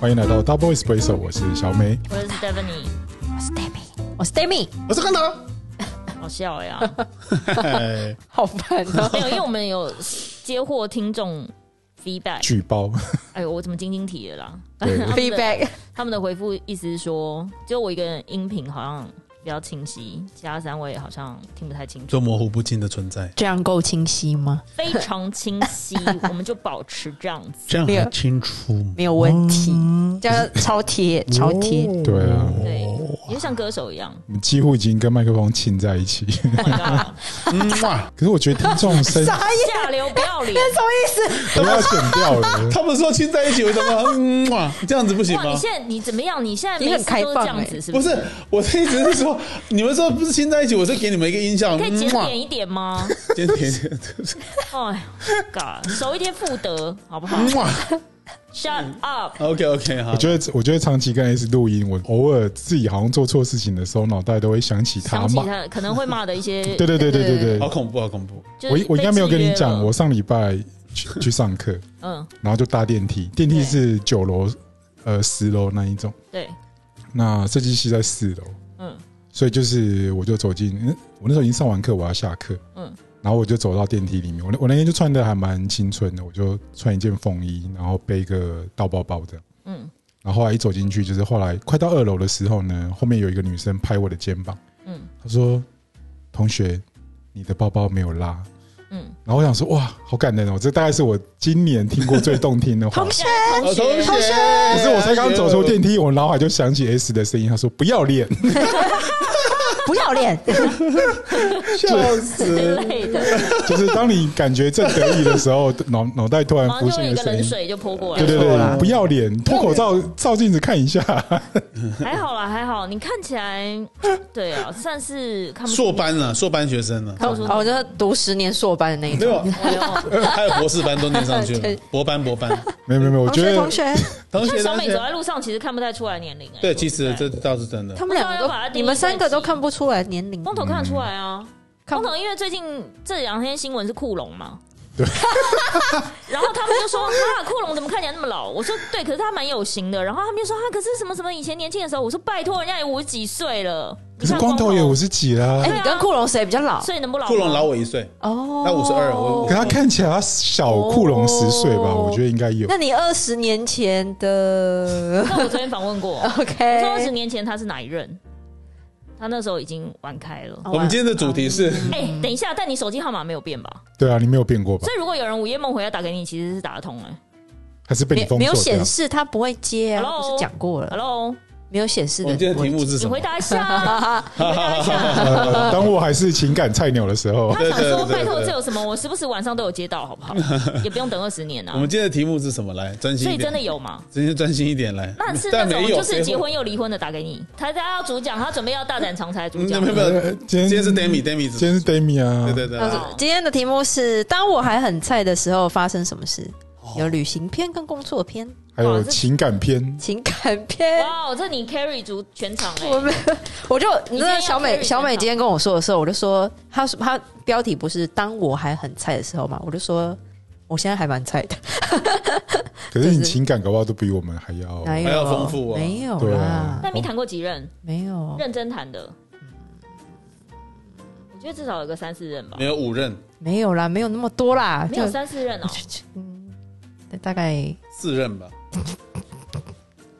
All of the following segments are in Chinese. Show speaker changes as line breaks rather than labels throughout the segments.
欢迎来到 Double Espresso，我是小美，
我是 Stephanie，
我是 Demi，我
哦
是 Demi，
我是康德。
好笑呀！
嘿
好烦哦！
没有，因为我们有接获听众 feedback。
举 包，
哎呦，我怎么晶晶体了啦？
对
他们的
Feedback
他们的回复意思是说，只有我一个人音频好像比较清晰，其他三位好像听不太清 楚，
就模糊不清的存在，
这样够清晰吗？
非常清晰，我们就保持这样子。
这样
没有
很清楚吗
没有问题，
嗯
这样超贴超贴。
哦
对啊，
对，也像歌手一样。
我们几乎已经跟麦克风亲在一起。
Oh my god！
嗯哇，
可是我觉得听众 声
啥
下流不要脸！
什么意思？
都要剪掉了。
他们说亲在一起，我怎么 嗯哇这样子不行
哇，你
吗？
现在你怎么样？你现在
你
每
很
次
开
都
放
这样
欸
子，是
不
不是？
是，我的意思是说，你们说不是亲在一起，我是给你们一个印象，
可以
嗯
检
哇，
点一点吗？
点点点，
哎，God，守一天妇德，好不好
嗯哇
？Shut up！
，OK OK，好
啊我，觉得，我觉得长期跟 S 录音，我偶尔自己好像做错事情的时候，脑袋都会想起他
想起
骂。
他可能会骂的一些，
对对对对对
好
对，
恐怖，好恐怖，
就是
我我应该没有跟
被
你
制约
讲，
了
我上礼拜去去上课，
嗯，
然后就搭电梯，电梯是九楼呃十楼那一种，
对，
那设计系在四楼，
嗯
所以就是我就走进，嗯，我那时候已经上完课，我要下课，
嗯，
然后我就走到电梯里面，我那我那天就穿的还蛮青春的，我就穿一件风衣，然后背一个大包包这样。
嗯
然后后来一走进去，就是后来快到二楼的时候呢，后面有一个女生拍我的肩膀，
嗯
她说：“同学，你的包包没有拉。
嗯，”
然后我想说：“哇，好感人哦！这大概是我今年听过最动听的话。”
同学，
同学，
啊同学，
可
可
是我才刚走出电梯，我脑海就响起 S 的声音，她说：“不要脸。
不 要脸！
笑死
之，类的，”
就是当你感觉正得意的时候， 脑脑袋突然
马上
浮
就
现
有一
一个
个
声
冷
音。
水就泼过
对
来，
对对，不要脸，脱口罩照镜子看一下，
还好啦，还好，你看起来，对啊，算是看不出
硕班了，硕班学生了，啊
看不出
哦，我就是读十年硕班的那一
没
种。
有，
哎 呦
还有博士班都念 上去了
对，
博班博班，
没有没有没有，我觉得
同学，同学
像
同学
小
同
美走
学，
在路上，其实看不太出来年龄，哎
对，
说
其实
实在
这倒是真的，
他们两
我
个
刚刚把它
都，
定义
你们三个
在
都
几
看不出来年龄。
光头看得出来啊。
看
光
不
头，因为最近这两天新闻是库龙嘛，对， 然后他们就说啊，库龙怎么看起来那么老？我说对，可是他蛮有型的。然后他们就说啊，可是什么什么以前年轻的时候，我说拜托，人家也五十几岁了，
可是光头也五，十几啦
哎，，
对啊
你跟库龙谁比较老？
所以能不老吗？
库龙老我一岁，
哦，
他52我
可他看起来他小库龙十岁吧，
哦
我觉得应该有
那。你二十年前的
那我昨天访问 过，我
OK，
说二十年前他是哪一任？他那时候已经玩开了。
好吧
我们今天的主题是
嗯
哎、等一下，但你手机号码没有变吧？
对啊，你没有变过吧
所？以如果有人午夜梦回要打给你，其实是打得通哎、
还是被你
没
封
没有
锁
显
掉？
示，他不会接啊，
Hello？
不是讲过了，
Hello，
没有显示
我
的
们今天的题
不会
目是
你
什么
回？答一下 啊，你回答一下。
呃，当我还是情感菜鸟的时候，
他想
对对
说：“
对对
拜托，
对
这有什么？我时不时晚上都有接到，好 不好？也不用等二十年啊
我。们今天的题目是什么？来，专
所
心一
以
点，
真的有吗？
今天专心一点来。
那是那
但
种
没有
就是结婚，又离婚的打给你，他他要主讲，他准备要大展长才的主
谁
讲
会嗯。没有没有，
今天
今天是 Demi Demi，
今天是 Demi 啊，
对对对，
嗯
今天的题目是：当我还很菜的时候，发生什么事？有旅行篇跟工作篇、
还有情感篇，
情感篇。
哇哦，这你 carry 足全场哎、
我没， 我就你
今
知
天
道
要
小
推理
美，小
真
美
好
今天跟我说的时候，我就说，她说她标题不是“当我还很菜的时候”嘛，我就说我现在还蛮菜的，
可是你
就是
情感搞不好都比我们还要。
哪有
还要丰富啊
没有
对啊
啦，
但没谈过几任，
没有。
认真谈的，我觉得至少有个三四任吧
没，有五任
没有啦，没有那么多啦，
没有
就
三四 任哦。
嗯，大概
四任吧，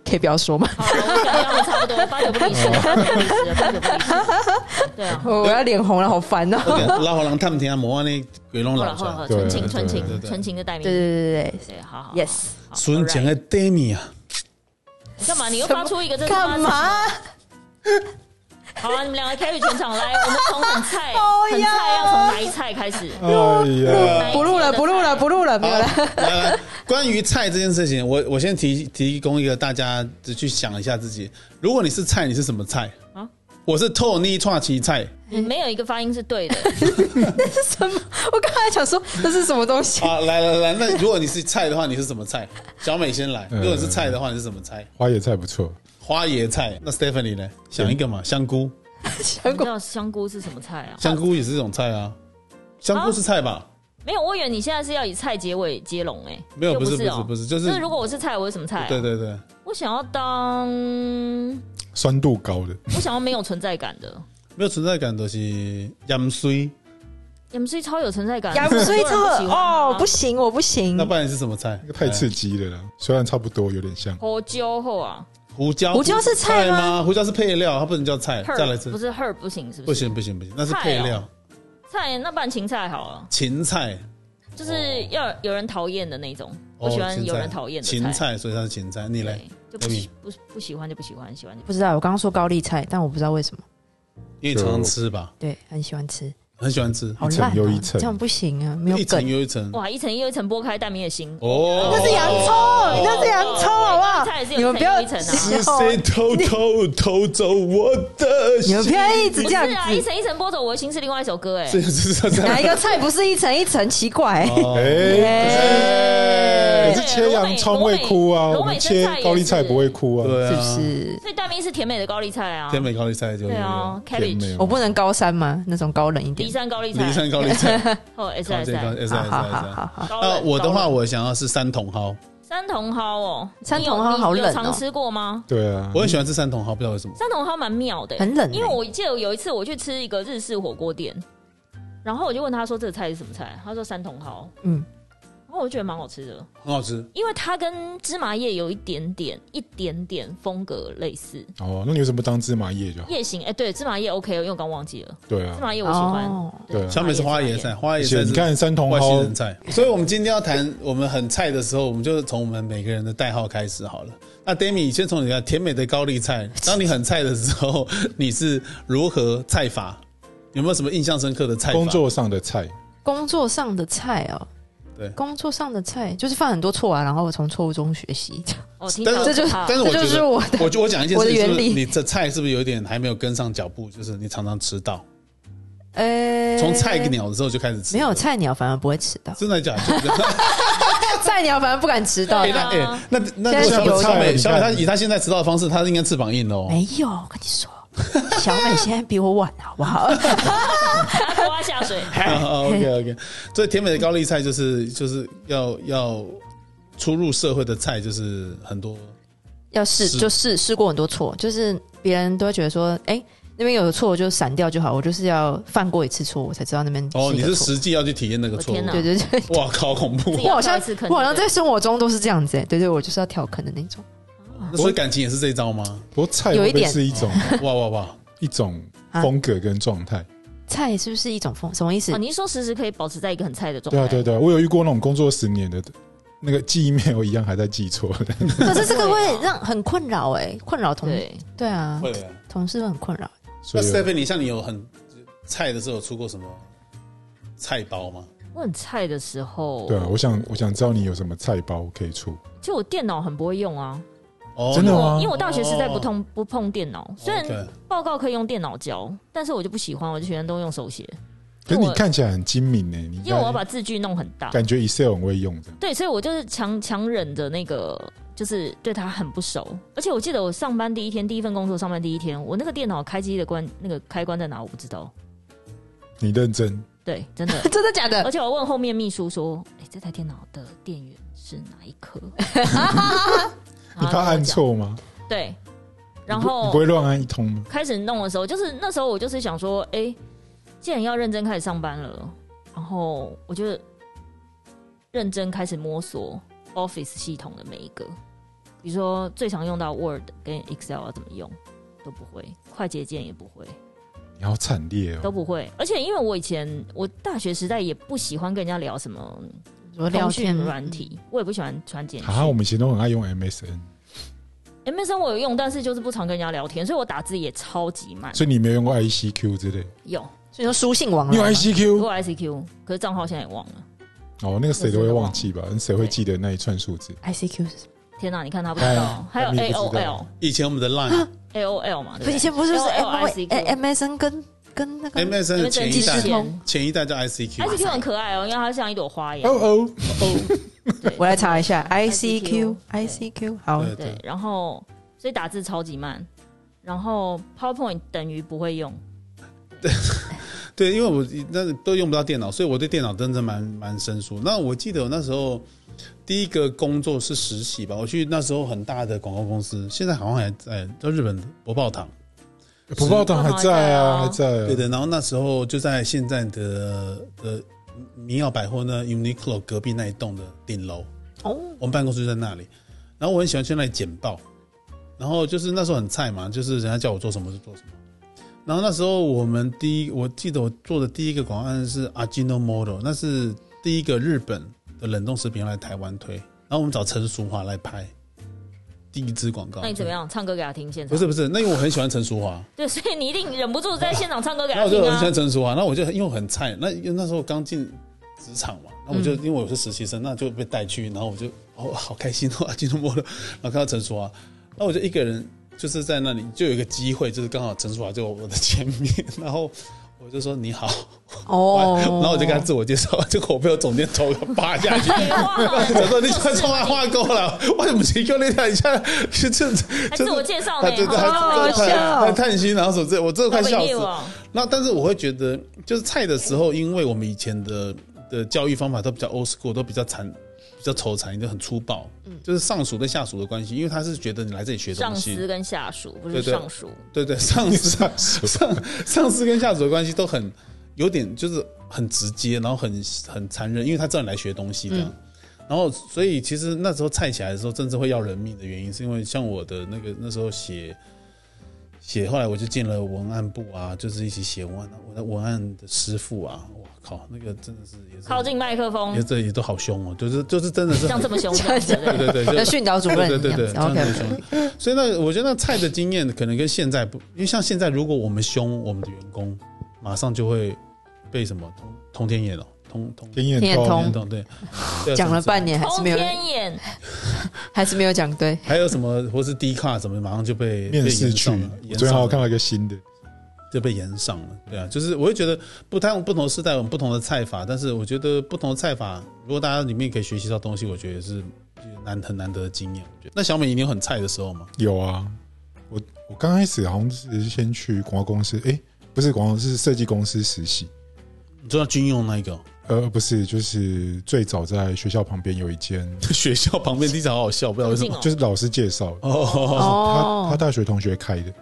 可以不要说嘛，
好，我想要的差不多，八九不离十， 八九不离十，八九不离十。对啊，
我要脸红了，好烦哦、
有点老好人探听啊魔那鬼龙
好
老啊
了好了好
船
了，，纯情
对
纯
对
情
对
纯情的代名
对
词。
对对
对，好好。好
Yes
好
纯情的 Demi 啊，
你干嘛？你又发出一个这
对，
他妈
干
的
嘛？
好啊，你们两个 carry 全 场
哎
来，我们从很菜
哦，
很
呀
菜要从哪一菜开始？
哎呀，
哪一
呃不录了，不录 了，不录
哦
了，没有
好，
了。
来来，关于菜这件事情，我我先提提供一个大家只去想一下自己，如果你是菜，你是什么菜
啊
啊？我是透泥串 奇菜
你没有一个发音是对的，
什么？我刚才想说这是什么东 西？
啊，来来来，那如果你是菜的话，你是什么菜？小美先来，
嗯
如果你是菜的话，你是什么菜？
花野菜不错，
花椰菜。那 Stephanie 呢？想一个嘛，香菇，
香
你知
菇
道香菇是什么菜啊？
香菇也是一种菜啊。香菇是菜
哦
吧？
没有，我以为你现在是要以菜结尾接龙哎，
没有，
又
不是，不
是哦
是，不是，就，
就是是如果我是菜，我是什么菜啊？
对对对，
我想要当，
酸度高的，
我想要没有存在感的。
没有存在感都是盐水，
MC 超有存在感，
亚布
所
所
以
以特
啊
哦，不行，我不行
那。不然是什么菜
嗯那个？太刺激了啦。虽然差不多，有点像。
胡椒后啊
哎胡椒，
胡椒是菜吗
吗？胡椒是配料，它不能叫菜。再来
，herb
一
啊不
次，
是 herb 不行，是
不
不是？
行不行不行，那是
菜
配
哦
料。
菜那拌芹菜好了，
芹菜，
就是要有人讨厌的那种，我
哦
喜欢
芹
有
菜
人讨厌的
芹菜，所以它是芹菜。你嘞，
对，就不喜不不喜欢就不喜欢，喜欢就不
不知道，我刚刚说高丽菜，但我不知道为什么，
因为你常常吃吧，
对，很喜欢吃，
很喜欢吃，
好
一层
烂、
又一
哦，
层
这样不行啊，没有
一层
梗。
又一层。
哇，一层又一层剥开，但没有心。
哦，
那是洋葱，那是洋葱，好不好
哦菜也是？有
你们不要
一层一层啊
是谁偷偷偷走我的
你们不
心？
要一
不
直这
是
样
啊，一
子。
层一层剥走我的心是另外一首歌哎、
这是这是
哪一个菜不是一层一层？奇怪、
哦
哎，
哎
可是切洋葱会哭啊，我们切高丽菜不会哭啊。
对
是不
啊，
是？
所以大咪是甜美的高丽菜啊，
天美高丽菜就
对啊
甜美
，cabbage，
我不能高山吗？那种高冷一
梨
点。
山高丽菜
离，山高丽菜，
哦，S
高
S
丽菜，高啊
S，
丽
啊好
菜，
好好好好，
那啊我的话，我想要是三茼蒿，
三茼蒿哦，
三
你有
茼蒿好
你有
冷哦
常吃过吗？
对啊，
我很喜欢吃三茼蒿，不知道为什么。
三茼蒿蛮妙的、
很冷欸
因为我记得有一次我去吃一个日式火锅店，然后我就问他说这个菜是什么菜，他说三茼蒿，
嗯，
然后我就觉得蛮好吃的，
很好吃，
因为它跟芝麻叶有一点点一点点风格类似。
哦，那你为什么不当芝麻叶就好？
夜行哎、对，芝麻叶 OK，因为我刚忘记了，
对
芝
啊，
麻叶我喜欢。
哦
对啊
小美是花椰菜，，花
而
椰
且
菜
你
是
看三哦茼
外星
蒿
人，菜，所以我们今天要谈我们很菜的时候，我们就从我们每个人的代号开始好了。那 Demi 先从你的甜美的高 丽菜，当你很菜的时候，你是如何菜法？有没有什么印象深刻的菜法？
工作上的菜，
工作上的菜哦，
对
工作上的菜就是犯很多错啊，然后我从错误中学 习，
哦，听
但
到
是
这就
好
但是我
啊这就
觉得，
是我的
我就我讲一件
我
事情，
的
是
原
不
理
是你这菜是不是有点还没有跟上脚步？就是你常常迟到，
呃，
从菜鸟的时候就开始吃，
没有菜鸟反而不会迟到，
真的假的？
菜鸟反而不敢迟 到
哎，，那
对
哎
啊，
那那那
现在
小
是有
美小美
的
小美，她以她现在迟到的方式，她应该翅膀硬了哦。
没有，我跟你说，小美现在比我晚，好不 好？
他拖他下水，
哎
OK OK，所以甜美的高丽菜就是就是要要初入社会的菜，就是很多
要试
是
就试试过很多错，就是别人都会觉得说，哎、那边有错我就闪掉就好，我就是要犯过一次错，我才知道那边
哦，
一
你
个
是
错
实际要去体验那个
我
错误
天，哪
对对 对，
哇靠，恐怖！哦
自己
我
要
好
跳
像
一次坑
我好像在生活中都是这样子、哎，对对，我就是要跳坑的那种
那所以感情也是这一招吗？
不过菜会不会是一 种
哇哇 哇！
一种
啊
风格跟状态？
菜，是不是一种风？什么意思？
哦，你是说时时可以保持在一个很菜的状
对
态？
啊，对啊对啊，我有遇过那种工作十年的，那个记忆没有一样还在记错 的。
可是这个会让很困扰，哎，困扰同
对
对啊，
会啊。
同事会很困扰。。
所
那
以
Stephen，你像你有很菜的时候，有出过什么菜包吗？
我很菜的时候，
对啊，我想我想知道你有什么菜包可以出。
就我电脑很不会用啊，
哦
真的
因为
吗
我因为我大学时代不
哦
碰不碰电脑，虽然
OK
报告可以用电脑交，但是我就不喜欢，我就全都用手写，
可是你看起来很精明呢，欸你应
因为我要
该
把字句弄很大。
感觉 Excel 很会用的。
对，所以我就是强强忍着那个，就是对他很不熟。而且我记得我上班第一天，第一份工作上班第一天，我那个电脑开机的关那个开关在哪我不知道。
你认真，
对， 真的
真的假的
而？且我问后面秘书说：“哎、这台电脑的电源是哪一 颗？”
你怕按。错吗？
对，然
你不你
后
不会乱按一通吗？
开始弄的时候，就是那时候我就是想说，哎、既然要认真开始上班了，然后我就认真开始摸索 Office 系统的每一个，比如说最常用到 Word 跟 Excel 要怎么用都不会，快捷键也不会，
你好惨烈
都
哦！
不会。而且因为我以前我大学时代也不喜欢跟人家聊什么
我聊
通讯
天嗯
软，体，我也不喜欢传简讯。
啊，我们以前都很爱用 MSN，
MSN 我有用，但是就是不常跟人家聊天，所以我打字也超级慢。
所以你没有用过 ICQ 之类。
有，
所以说书信往来
你有 E
吗
ICQ
我有 ICQ，可是账号现在也忘了。
哦，那个谁都会忘记吧？谁会记得那一串数字？
ICQ 是什么？
天哪，你看他不知道，
哎
还有
你
A
也不
O
知道
L
以前我们的
啊
Line、
A O L 嘛，对哦不
不，以
对？
前不是就是哎
LOL
M I
ICQ
M S N 跟跟那个
MSN 的前一
即时
代，
通
前一代叫 ICQ。
ICQ 很可爱哦，因为它像一朵花一
哦
样。
哦，
对
我来查一下
ICQ
ICQ ICQ 好
对
对
对，，
然后所以打
哦
字超级慢，然后 PowerPoint 等于不会用，
对，因为我那都用不到电脑，所以我对电脑真的蛮蛮生疏。那我记得我那时候第一个工作是实习吧，我去那时候很大的广告公司，现在好像还在，叫日本的博报堂。
不报道还在啊，还
还
在啊。
对的，然后那时候就在现在的呃民耀百货那 Uniqlo 隔壁那一栋的顶楼，
哦，
我们办公室就在那里。然后我很喜欢去那里简报，然后就是那时候很菜嘛，就是人家叫我做什么就做什么。然后那时候我们第一，我记得我做的第一个广告案是 Ajinomoto，那是第一个日本的冷冻食品来台湾推，然后我们找陈淑华来拍第一支广告。
那你怎么？样？唱歌给他听，现场
不是不是，那因为我很喜欢陈淑华。
对，所以你一定忍不住在现场唱歌给
然
他
后我就
听
很
啊
喜。欢成熟啊，那我就因为我很菜，那因为那时候刚进职场嘛，那我就、
嗯
因为我是实习生，那就被带去，然后我就哦好开心哦，进入摸了，然后看到成熟啊，那我就一个人就是在那里，就有一个机会，就是刚好陈淑华就我的前面，然后我就说你好，
哦，
然后我就跟他自我介绍， 结果我被我总监头给扒下去。
废话
我 说你喜欢冲来画勾了，我怎么是叫你一下？ 是这
还
这
自我介绍呢
他对，对，
好好
他
好
笑
他他叹息，然后说这我真的快
太
笑
美
死
丽
了。
了，
那但是我会觉得，就是菜的时候，因为我们以前的的教育方法都比较 old school，都比较残，比较愁残，就很粗暴，就是上属跟下属的关系，因为他是觉得你来这里学
嗯
东
上
西
司，跟下属不
对
是
对
上属，
对对，上司上上上司跟下属的关系都很有点就是很直接，然后很很残忍，因为他知道你来学东西的。
嗯
然后，所以其实那时候菜起来的时候，真正会要人命的原因，是因为像我的那个那时候写写，后来我就进了文案部啊，就是一起写文案啊。我的文案的师傅啊，我靠，那个真的是也是
靠，近麦克风
也，这也都好凶哦，就是就是真的是
像
很
这么凶，这样子对不对
对对，就
跟呃训导主任
对
一样
对对
子
对
，OK，
这样很凶所以那我觉得那菜的经验可能跟现在不，因为像现在如果我们凶我们的员工，马上就会被什么通通天眼哦，通通
天眼
天眼
通
通
天懂对，对啊
讲了半，
什么
年还是
通
没有，
哦天眼，
还是没有讲对。
还有什么或是低卡什么，马上就被
面试去
去，
我昨天好像看
了
到一个新的，
就被延上了，对啊，就是我会觉得不同不同时代有不同的菜法，但是我觉得不同的菜法，如果大家里面可以学习到东西，我觉得也是难很难得的经验。我觉得那小美，你有很菜的时候吗？
有啊，我我刚开始好像是先去广告公司，诶，不是广告公司是设计公司实习，
你知道军用那一个哦、
呃，不是，就是最早在学校旁边有一间，
学校旁边地上好好笑，不知道 为什么。
哦
就是老师介绍的，
哦，
他他
哦，
大学同学开的，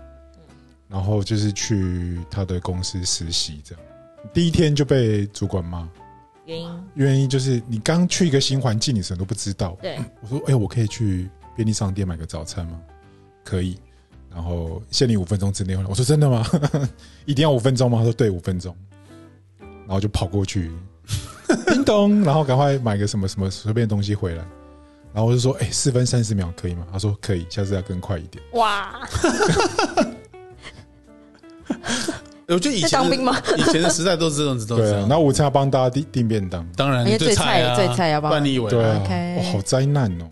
然后就是去他的公司实习，这样第一天就被主管骂，
原因
原因就是你刚去一个新环境，你什么都不知道。
对，
我说，哎、我可以去便利商店买个早餐吗？可以。然后限你五分钟之内回来。我说真的吗？ 一定要五分钟吗？他说对，五分钟。然后就跑过去，叮咚，然后赶快买个什么什么随便的东西回来。然后我就说，哎、四分三十秒可以吗？他说可以，下次要更快一点。
哇，
我觉得以
在
前
当兵
的
吗？
以前的时代都是这样子，都是
对
这
啊，
样
然。后午餐要帮大家订订便当。
当然，
因为
你最
最菜
啊，
哎最菜要帮
不然你以为？
对啊，
OK
哇，好灾难哦！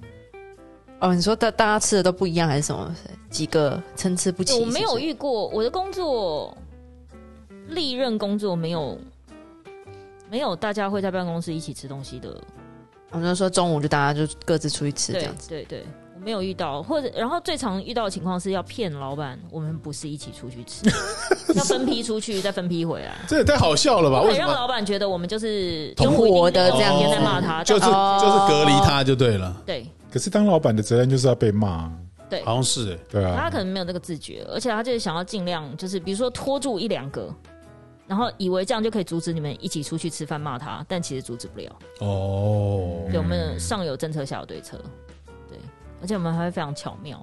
哦，你说大大家吃的都不一样，还是什么？几个参差不齐？
我没
是
有
不是
遇过我的工作，历任工作没有没有大家会在办公室一起吃东西的，
我就说中午就大家就各自出去吃这
对
样子。
对对，我没有遇到，或者然后最常遇到的情况是要骗老板，我们不是一起出去 吃，要分批出去再分批回来。
这也太好笑了吧？
不可以
为什
让
哎
么？
老板觉得我们就是
同
中午一定
伙的
有
这样
天
子
在骂他，
就是
但
哦
就是隔离他就对了，
对
可是当老板的责任就是要被骂啊，
对，
好像是欸
对啊。
他可能没有那个自觉，而且他就是想要尽量就是比如说拖住一两个，然后以为这样就可以阻止你们一起出去吃饭骂他，但其实阻止不了。
哦。
对，我们上有政策，下有对策，对，而且我们还会非常巧妙，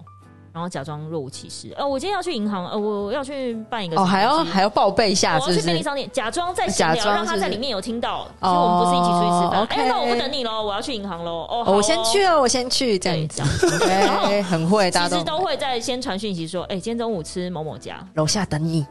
然后假装若无其事。呃，我今天要去银行，呃，我要去办一个
哦，还要
手机
还要报备一
我
下，是
要
不
去便利
是？
商店，假装在闲
假
聊，
装
让他
是不
在
是
里面有听到，所以我们不是一起出去吃
哦
饭。哎，
，OK
那我不等你喽，我要去银行喽。哦，好
哦
哦
我先去了，我先去这
对，
样子。
这样子。
哎，很会，大
其
家
实都
都
会在先传讯息说，哎，今天中午吃某某家，
楼下等你。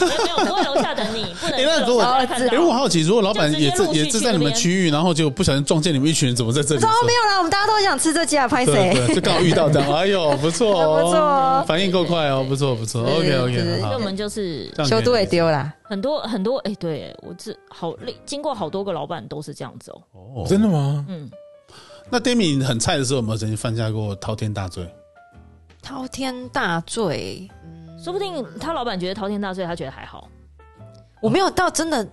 没有没有，不会楼下等你，不 能
哎那
楼
如果
下看
哦
到
哎，。我好奇，如果老板
就直接
也是
陆续
也
去
是在你
那
们
边
区域，然后就不小心撞见你们一群人，怎么在这里的时
哦
候？，
没有啦，我们大家都想吃这家，拍
对
谁？
对，就刚好遇到这样，哎呦，不错
很 不错
哦
哦，
反应够快哦，不错不错
对
，OK
对
OK，
对
所以
好
我，们就是
这样
修
可以
都也丢啦。
很多很多，哎、对我这好经过好多个老板都是这样子哦、
哦
真的吗？
嗯，
那 Demi 很菜的时候，有没有曾经犯下过滔天大罪？
滔天大罪，
说不定他老板觉得滔天大罪，他觉得还好，
我没有到真的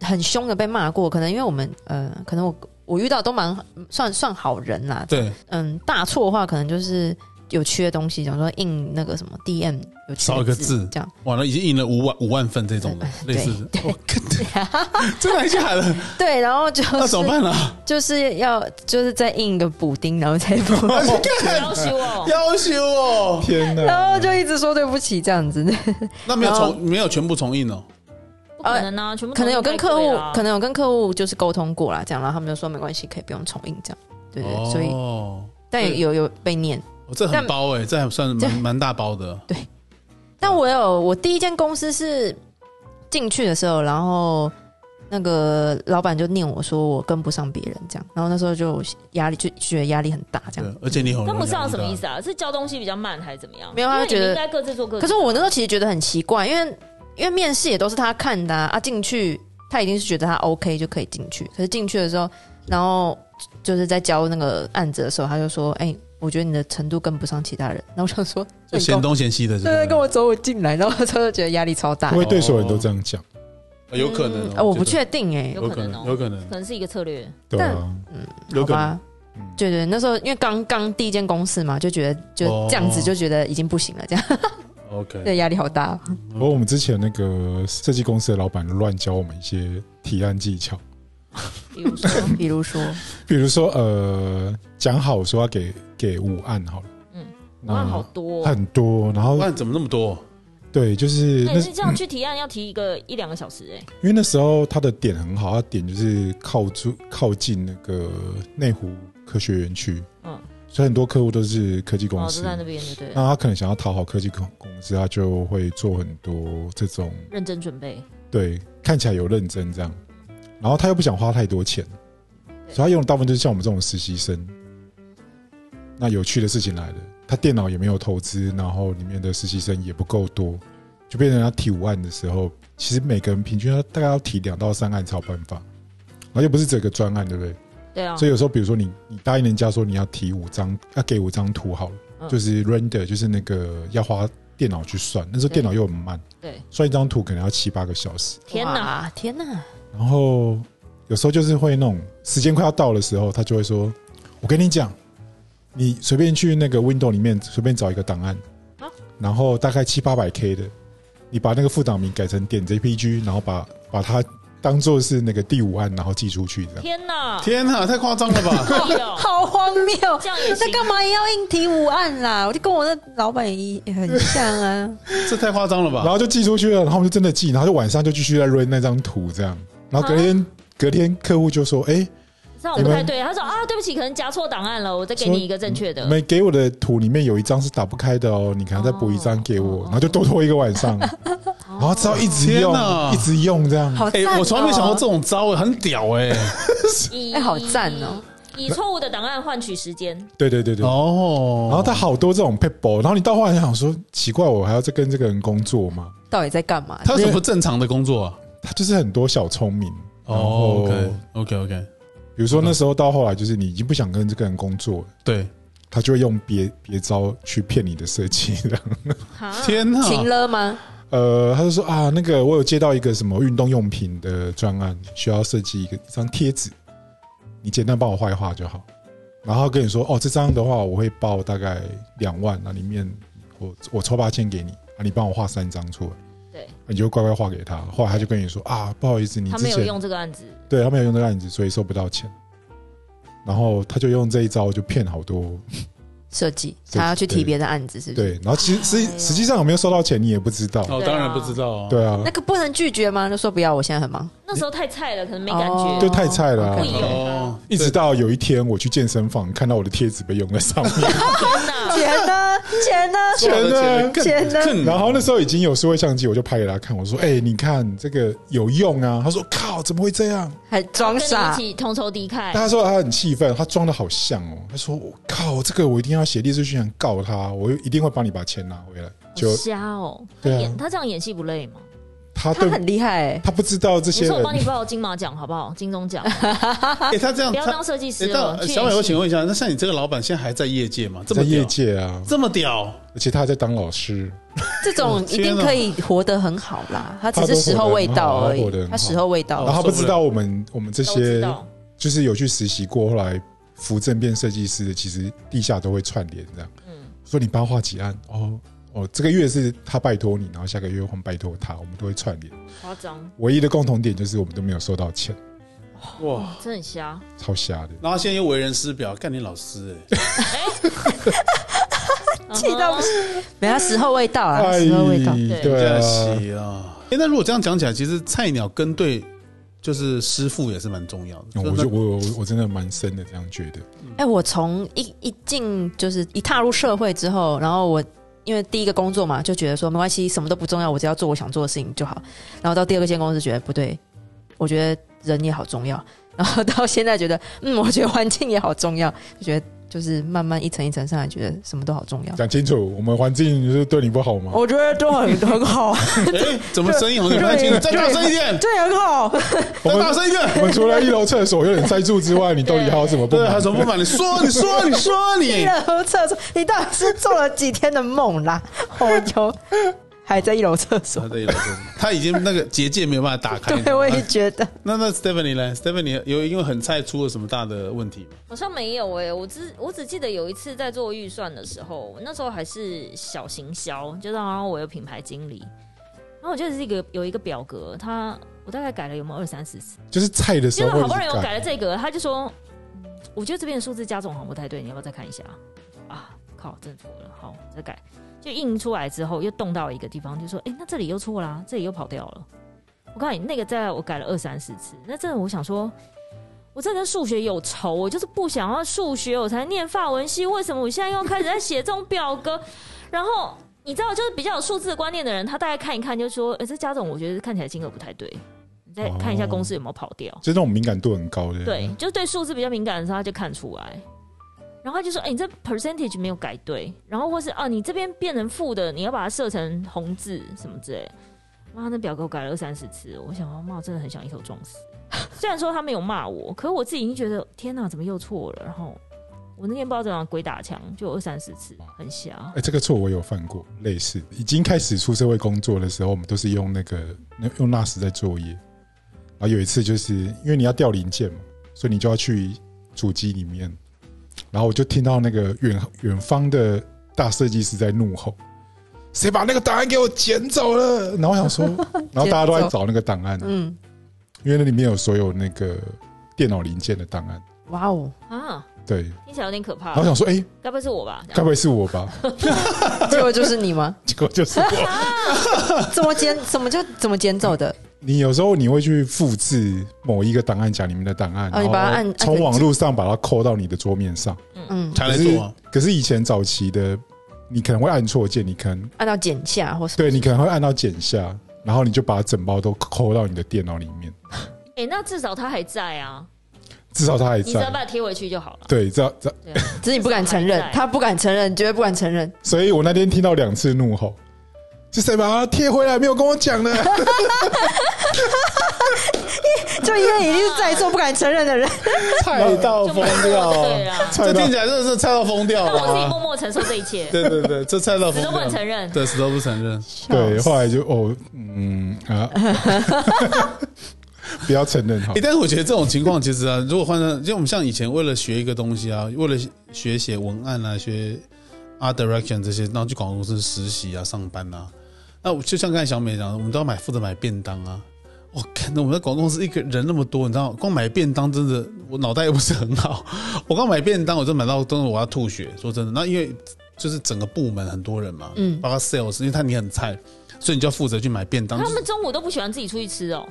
很凶的被骂过，可能因为我们呃，可能我我遇到都蛮算算好人啦。
对，
嗯，大错的话可能就是有缺东西，讲说印那个什么 DM 有缺
少一个字
这样。
完了已经印了五万五万份这种的，类似的，我靠， 真的还假的？
对，然后就
那
是
怎么办啊？
就是要就是再印一个补丁，然后再 补，
要求哦，
要求哦，
天哪！
嗯然后就一直说对不起这样子。
那没有
然后
重，没有全部重印哦。
不可能啊，全部
可能有跟客户，
啊
可
能
能有跟客户就是沟通过啦，这样，然后他们就说没关系，可以不用重印这样。对对，所以
哦，
但也
对
有有被念。
哦这很
但
包哎，这还算
这
蛮蛮大包的。
但我有我第一间公司是进去的时候，然后那个老板就念我说我跟不上别人这样，然后那时候就压力就就觉得压力很大这
对
样。，
而且你很
跟不上
容易
什么意思
啊？
啊？是交东西比较慢还是怎么样？
没有啊他
因为
觉得
你们应该各自做各自。
可是我那时候其实觉得很奇怪，因为因为面试也都是他看的啊，啊进去他一定是觉得他 OK 就可以进去，可是进去的时候，然后就是在交那个案子的时候，他就说：“哎、我觉得你的程度跟不上其他人。”然后我想说， 你
就
跟
嫌
我
东嫌西的，
对对，跟
是不
我走我进来，然后他就觉得压力超大
因。为对所有人都这样讲，
是？ 有可能
嗯
哦，
呃我不
觉得，
确定哎、
有
有
可
可
能
能，
哦
有可能
可，能是一个策略，
对啊，
有
好
可能。
吧。
嗯，
对对，那时候因为刚刚第一间公司嘛，就觉得就这样子
哦
就觉得已经不行了，这样
OK，
对 压力好大哦。
不过我们之前那个设计公司的老板乱教我们一些提案技巧，
比如说
比如说，
比如说呃，讲好说要给给五案好了，
嗯
那，
哇，好多哦。
很多，然后
哇，怎么那么多？
对，就是
那
那
你是这样去提案，要提一个一两个小时哎。
因为那时候他的点很好，他点就是靠住靠近那个内湖科学园区，
嗯
嗯，所以很多客户都是科技公
哦，
司，
就在那边就对了，
那他可能想要讨好科技公公司，他就会做很多这种
认真准备。
对看起来有认真这样，然后他又不想花太多钱，所以他用的大部分就是像我们这种实习生。那有趣的事情来了，他电脑也没有投资，然后里面的实习生也不够多，就变成他提五案的时候，其实每个人平均他大概要提两到三案才有办法，而且不是整个专案，对不对？
对啊，
所以有时候，比如说你你答应人家说你要提五张，要给五张图好了，
嗯
就是 render，就是那个要花电脑去算，那时候
对
电脑又很慢，
对，
算一张图可能要七八个小时。
天哪，
哇，天哪！
然后有时候就是会那种时间快要到的时候，他就会说：“我跟你讲，你随便去那个 window 里面随便找一个档案
啊，
然后大概七八百 K 的，你把那个副档名改成点 JPG，然后把把它当做是那个第五案，然后寄出去这样。”
天哪，
天哪，太夸张了 吧！
屁哦
好荒谬！
这样也行
那干嘛也要硬提五案啦？我就跟我那老板一也很像 啊。
这太夸张了
啊
然
吧？
后就寄出去了，然后我们就真的寄，然后就晚上就继续在 run 那张图这样，然后隔天、隔天客户就说：“哎、
这样我不太对。他说啊，对不起，可能夹错档案了，我再给
说
你一个正确的
你。们给我的图里面有一张是打不开的哦，你可能再补一张给我。
哦
然后就多拖一个晚 上，哦然后之后一直
天
用
哪，
一直用这样。
好
哎
赞、哦，
我从来没想过这种招哎，很屌 哎！
以
哎好赞哦！
以错误的档案换取时间，
对对对对。
哦，
然后他好多这种 people，然后你到后来想说，奇怪，我还要再跟这个人工作吗？
到底在干嘛？
他有什么正常的工作啊？
他就是很多小聪明。然后
哦，OK，OK，OK，、
比如说那时候到后来，就是你已经不想跟这个人工作了，
对，
他就会用别别招去骗你的设计。这样
哈，
天
啊
哪，
情了吗？
呃，他就说啊，那个我有接到一个什么运动用品的专案，需要设计一个一张贴纸，你简单帮我画一画就好。然后他跟你说，哦，这张的话我会报大概两万，那里面我我抽八千给你，啊，你帮我画三张出来，
对
你就乖乖画给他。后来他就跟你说啊，不好意思，你
他
之
没有
前
用这个案子，
对他没有用这个案子，所以收不到钱。然后他就用这一招就骗好多
设计，
设计
他要去提别的案子，是不是？
对，然后其实实实际上有没有收到钱你也不知道，
哦，当然不知道啊，
对啊
那，个不能拒绝吗？就说不要，我现在很忙。
那时候太菜了，可能没感
哦
觉
就。太菜了啊、
故意有
哦，
一直到有一天我去健身房，看到我的贴纸被用在上 面，
天哪，
钱呢？钱
钱
呢？
对
呢
更
钱呢
更
然后那时候已经有数位相机，我就拍给他看，我说：“哎、你看这个有用啊！”他说：“靠，怎么会这样
还装
跟你一
傻？
起同仇敌？”忾
但。他说他啊很气愤，他装的好像哦。他说：“我靠，这个我一定要写律师信函告他，我一定会帮你把钱拿回来。”
好
就
瞎哦，他
对啊
演他这样演戏不累吗？
他
他
对
很厉害、欸，
他不知道这
你
些
说
人
我帮你报金马奖好不好？金钟奖，
哎，他这样，
不要哦
他
当设计师
哎，
了。
但
去演
小美，
戏
我请问一下，那像你这个老板现在还在业界吗？这
在
么屌
业界啊，
这么屌，
而且他还在当老师，
这种一定可以活得很好啦，他只是时候未到而
他都活得
已
很，好
他时候未到
然
哦
后他不
受不
知
了
道我们我们这
都知
些
道。
就是有去实习过，后来扶正变设计师的，其实地下都会串联这样。
嗯，
说你帮他画几案，哦哦，这个月是他拜托你，然后下个月换拜托他，我们都会串联。
夸张，
唯一的共同点就是我们都没有收到钱，
哇！
真的很瞎。
超瞎的。
然后现在又为人师表，干你老师哎、
气到不
嗯哼
没有他时候未到啊，
哎
他时候未到。
对
对
假
啊，
期啊！哎、那如果这样讲起来，其实菜鸟跟对就是师傅也是蛮重要的。
哦我就我我我真的蛮深的这样觉得。
哎、我从一一进就是一踏入社会之后，然后我因为第一个工作嘛，就觉得说没关系，什么都不重要，我只要做我想做的事情就好。然后到第二个间公司觉得不对，我觉得人也好重要。然后到现在觉得，嗯，我觉得环境也好重要，就觉得就是慢慢一层一层上来，觉得什么都好重要。
讲清楚，我们环境就是对你不好
哦
吗？
我觉得都很很好，
哎、怎么声音好像不太清楚？再大声一点，
这很 好。
我
再
们
大声一点！
我们除了一楼厕所有点塞住之外， 你到底还有什么不
对，
满
还啊有？什么不满？你说，你说，你说
一
你。
楼厕所，你到底是做了几天的梦 啦？哦哟，还在一楼厕所
他，的一楼真的他已经那个结界没有办法打开。
对我也觉得。
那那 Stephanie 呢？Stephanie 有因为很菜出了什么大的问题吗？
好像没有哎、我只我只记得有一次在做预算的时候，那时候还是小行销，就是好像我有品牌经理，然后我就是一个有一个表格，他我大概改了有没有二三十次，
就是菜的时
结
候会
果好不容易我
一直
改了这个，他就说，嗯我觉得这边的数字加总好像不太对，你要不要再看一下？啊，靠，真的错了，好，再改。就印出来之后，又动到一个地方，就说，哎、那这里又错啦，这里又跑掉了。我告诉你，那个在我改了二三十次，那真的我想说，我真的跟数学有仇，我就是不想要数学，我才念法文系，为什么我现在又开始在写这种表格？ 然后你知道，就是比较有数字观念的人，他大概看一看就说，哎、这加总我觉得看起来金额不太对，你再看一下公司有没有跑掉。
就是那种敏感度很高的。
对，就是对数字比较敏感的时候，他就看出来。然后他就说：“哎、你这 percentage 没有改对，然后或是啊，你这边变成负的，你要把它设成红字什么之类的。”妈，那表格我改了二三十次，我想要骂，我真的很想一头撞死。 虽然说他没有骂我，可是我自己已经觉得天哪，怎么又错了？然后我那天不知道怎么样鬼打墙，就有二三十次，很瞎。
哎，这个错我有犯过，类似已经开始出社会工作的时候，我们都是用那个用 NAS 在作业。然后有一次就是因为你要调零件嘛，所以你就要去主机里面。然后我就听到那个远远方的大设计师在怒吼：“谁把那个档案给我捡走了？”然后我想说，然后大家都在找那个档案啊、
嗯，
因为那里面有所有那个电脑零件的档案。
哇哦，
啊，
对，
听起来有点可怕
然后我。想说，哎、
该不会是我吧？
哎
这
该
样
不会是我吧？
结果就是你 吗？
结果就是我。
怎么捡？怎么就怎么捡走的？
你有时候你会去复制某一个档案夹里面的档案，
哦你把它按
然后
按
从
个
网络上把它扣到你的桌面上。
嗯，
才来
可是
做啊，
可是以前早期的，你可能会按错键，你可能
按照剪下或什么？
对你可能会按到剪下，然后你就把整包都扣到你的电脑里面，
哎、那至少他还在啊，
至少它还
你只要
在。
把它贴回去就好了。
对，这这，
对啊，
只是你不敢承认
还，在
他不敢承认，绝对不敢承 认。
所以我那天听到两次怒吼。是谁把它贴回来？没有跟我讲 的，
就因为你是在座不敢承认的人，
菜到
就没
哦
有对啊啦。
这听起来真的是菜到疯掉
那我自己
了
默
啊。
默承受这一切，
对对对，这菜到疯
死都不能
掉，
承认。
对，死都不承认。
对，后来就哦，嗯啊， 不要承认哈
哎、。但是我觉 得这种情况其实啊，如 果换成，就我们像以前为了学一个东西啊，为了学写文案啊，学 art direction 这些，然后去广告公司实习啊、上班啊，那我就像刚才小美讲，的，我们都要买负责买便当啊。我看那我们在广告公司一个人那么多，你知道，光买便当真的，我脑袋又不是很好。 我刚买便当，我就买到真的我要吐血。说真的，那因为就是整个部门很多人嘛，嗯，包括 sales，因为他你很菜，所以你就要负责去买便当，
他
就是
们中午都不喜欢自己出去吃哦，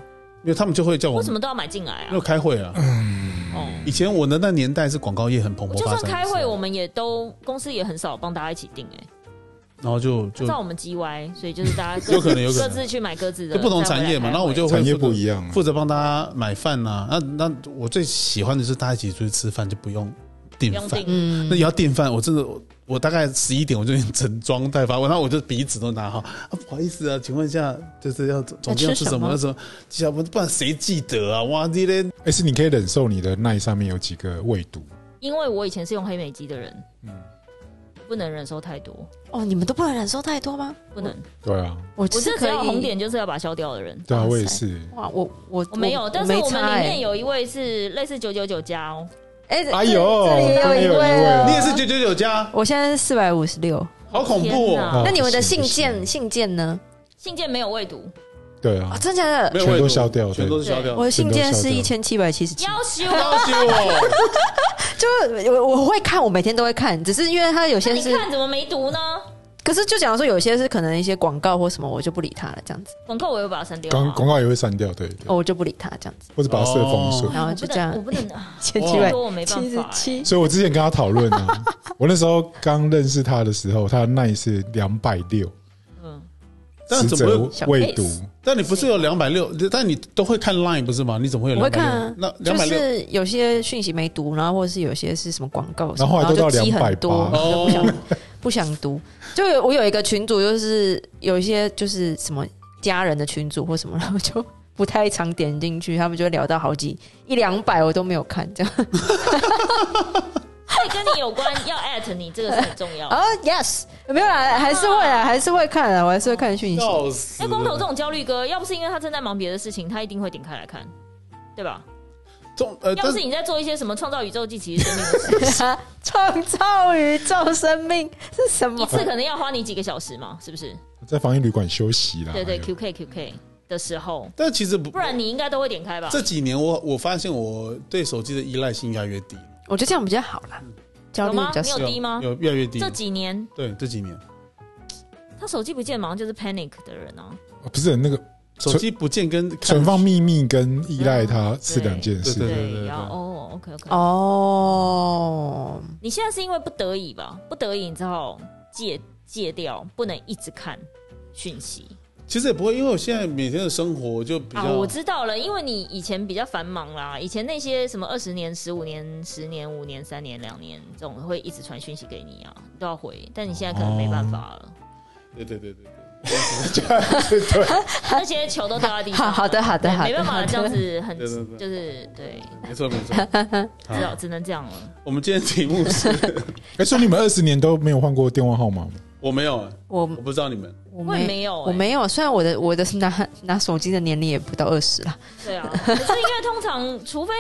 因为他们就会叫我
为
们
什么都要买进来
因为
啊？
开会啊。
哦，
以前我的那年代是广告业很蓬勃
就
发
算
展的时候，啊
开会，我们也都公司也很少帮大家一起订哎，
然后就
他
就
知道我们 G Y，所以就是大 家
有可能有可能
各自去买各自的，
就不同
再回来
产业嘛，
开会
然后我就会
产业
负责
不一样啊
负责帮大家买饭呐、那那我最喜欢的是大家一起出去吃饭，就不用订
不用
饭。
订，
嗯
那，也要订饭，我真的我我大概十一点我就已经整装待发，然后我就鼻子都拿好啊，不好意思啊，请问一下，就是要总监要吃什么？
要
要
吃
什么？要不然谁记得啊？哇，你嘞，
哎、是你可以忍受你的耐上面有几个未读，
嗯
因为我以前是用黑莓机的人，不能忍受太多，
哦，你们都不能忍受太多吗？
不能。
对啊，
我
我是
是
只
可以
要红点就是要把它消掉的人。
对啊，
哇塞
我也是。
哇，我我
我没有，但是
没
我们
差欸
里面有一位是类似九九九加哦，
哎，这
哎呦
这里也有一
这里也有一
位哦
位
了，
你也是九九九加，
我现在是四百五十六。
好恐怖
哦天哪
哦！
哦
那你们的
不行
信
不
件
行
信件呢？
信件没有未读，
对
啊，
啊，
真假的？
没有
全都
我也
消掉
全
对
都是消掉。
我的信件是
全
一
都消
千七百七十七，
要哦求
要哦挟我，
就是我我会看，我每天都会看，只是因为它有
那
些
你
是，
看怎么没读呢？
可是就讲说有些是可能一些广告或什么，我就不理它了，这样子，
广告我又把它删掉
广
啊，
广告也会删掉，对，对
哦，我就不理它这样子，
或者把它设封锁
哦。
然后
哎我
就
不
这样
能，我不能
哦
啊，
千七
太
百
多我没办
七十
法欸。
七，
所以我之前跟他讨论啊，我那时候刚认识他的时候，他的耐是两百六，
嗯，
但
死
怎么
者
会？
未读，
但你不是有两百六？但你都会看 Line 不是吗？你怎么会有
我
两
会
百
看
六
啊？
那，两
就
百六
是有些讯息没读，然后或者是有些是什么广告什
然后
么，
后来
然后
都
就
到
积很多，
200
就不想
哦，
不想读。 就有我有一个群主，就是有一些就是什么家人的群主或什么，然后就不太常点进去，他们就会聊到好几一两百，我都没有看这样。
所以跟你有关，要 at 你这个是很重要。
哦、y e s 没有啦，还是会啊，还是会看啊，我还是会看讯息。
笑死
哎，光头这
了！
种焦虑哥，要不是因为他正在忙别的事情，他一定会点开来看，对吧？
中呃，
要不
但
是
是
你在做一些什么创造宇宙记，其实生命 的事
创造宇宙生命是什
一
么？
次可能要花你几个小时嘛，是不是？
在防疫旅馆休息啦。
对
啊
对
哎呦
，QK QK 的时候，
但其实不
不然啊你应该都会点开吧？
这几年我我发现我对手机的依赖性越来越低，
我觉得这样比较好啦，焦虑
嗯有吗
比较
你
少
有。低吗
有越来越低
这。几年
对，这几年
他手机不见，马上就是 panic 的人啊。
哦不是那个
手机不见跟看
存放秘密跟依赖它是两件
对
事。
对对
然后哦，OK OK，
哦，
你现在是因为不得已吧？不得已，你只好戒戒掉，不能一直看讯息
其实也不会，因为我现在每天的生活就比
啊。
较
我知道了，因为你以前比较繁忙啦，以前那些什么二十年、十五年、十年、五年、三年、两年这种会一直传讯息给你啊，你都要回。但你现在可能没办法了，
哦
对对对对对。
那些球都掉在地
好
上。
好的好的
对
好
没
的
办
好
法，这
的。
样子很
对对对
就是对，
没错没 错，
只好只能这样了。
我们今天的题目是，
哎，所以你们二十年都没有换过电话号码吗？
我 没有，啊
我
我不知道你们，
我
我也没有欸
我没有。虽然我的我的拿拿手机的年龄也不到二十啦，
对啊，可是因为通常，除非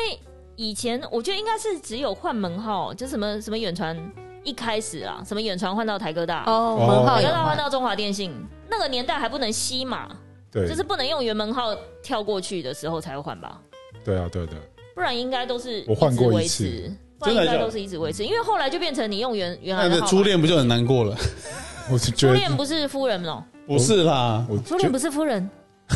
以前，我觉得应该是只有换门号，就什么什么远传一开始啊，什么远传换到台哥大，
哦，
哦
门号
台
有
哥大换
换，
到中华电信，那个年代还不能吸码，
对
就，是不能用原门号跳过去的时候才会换吧，
对啊，对的。
不然应该都是
我换过
一
一次
直维持。不然
真的
应该
假的
都是一直维持，因为后来就变成你用原原来
那
的
个
号码
初恋不就很难过了？
我是觉
初
得
恋不是夫人哦，
不是啦，
我
初
就
恋不是夫人，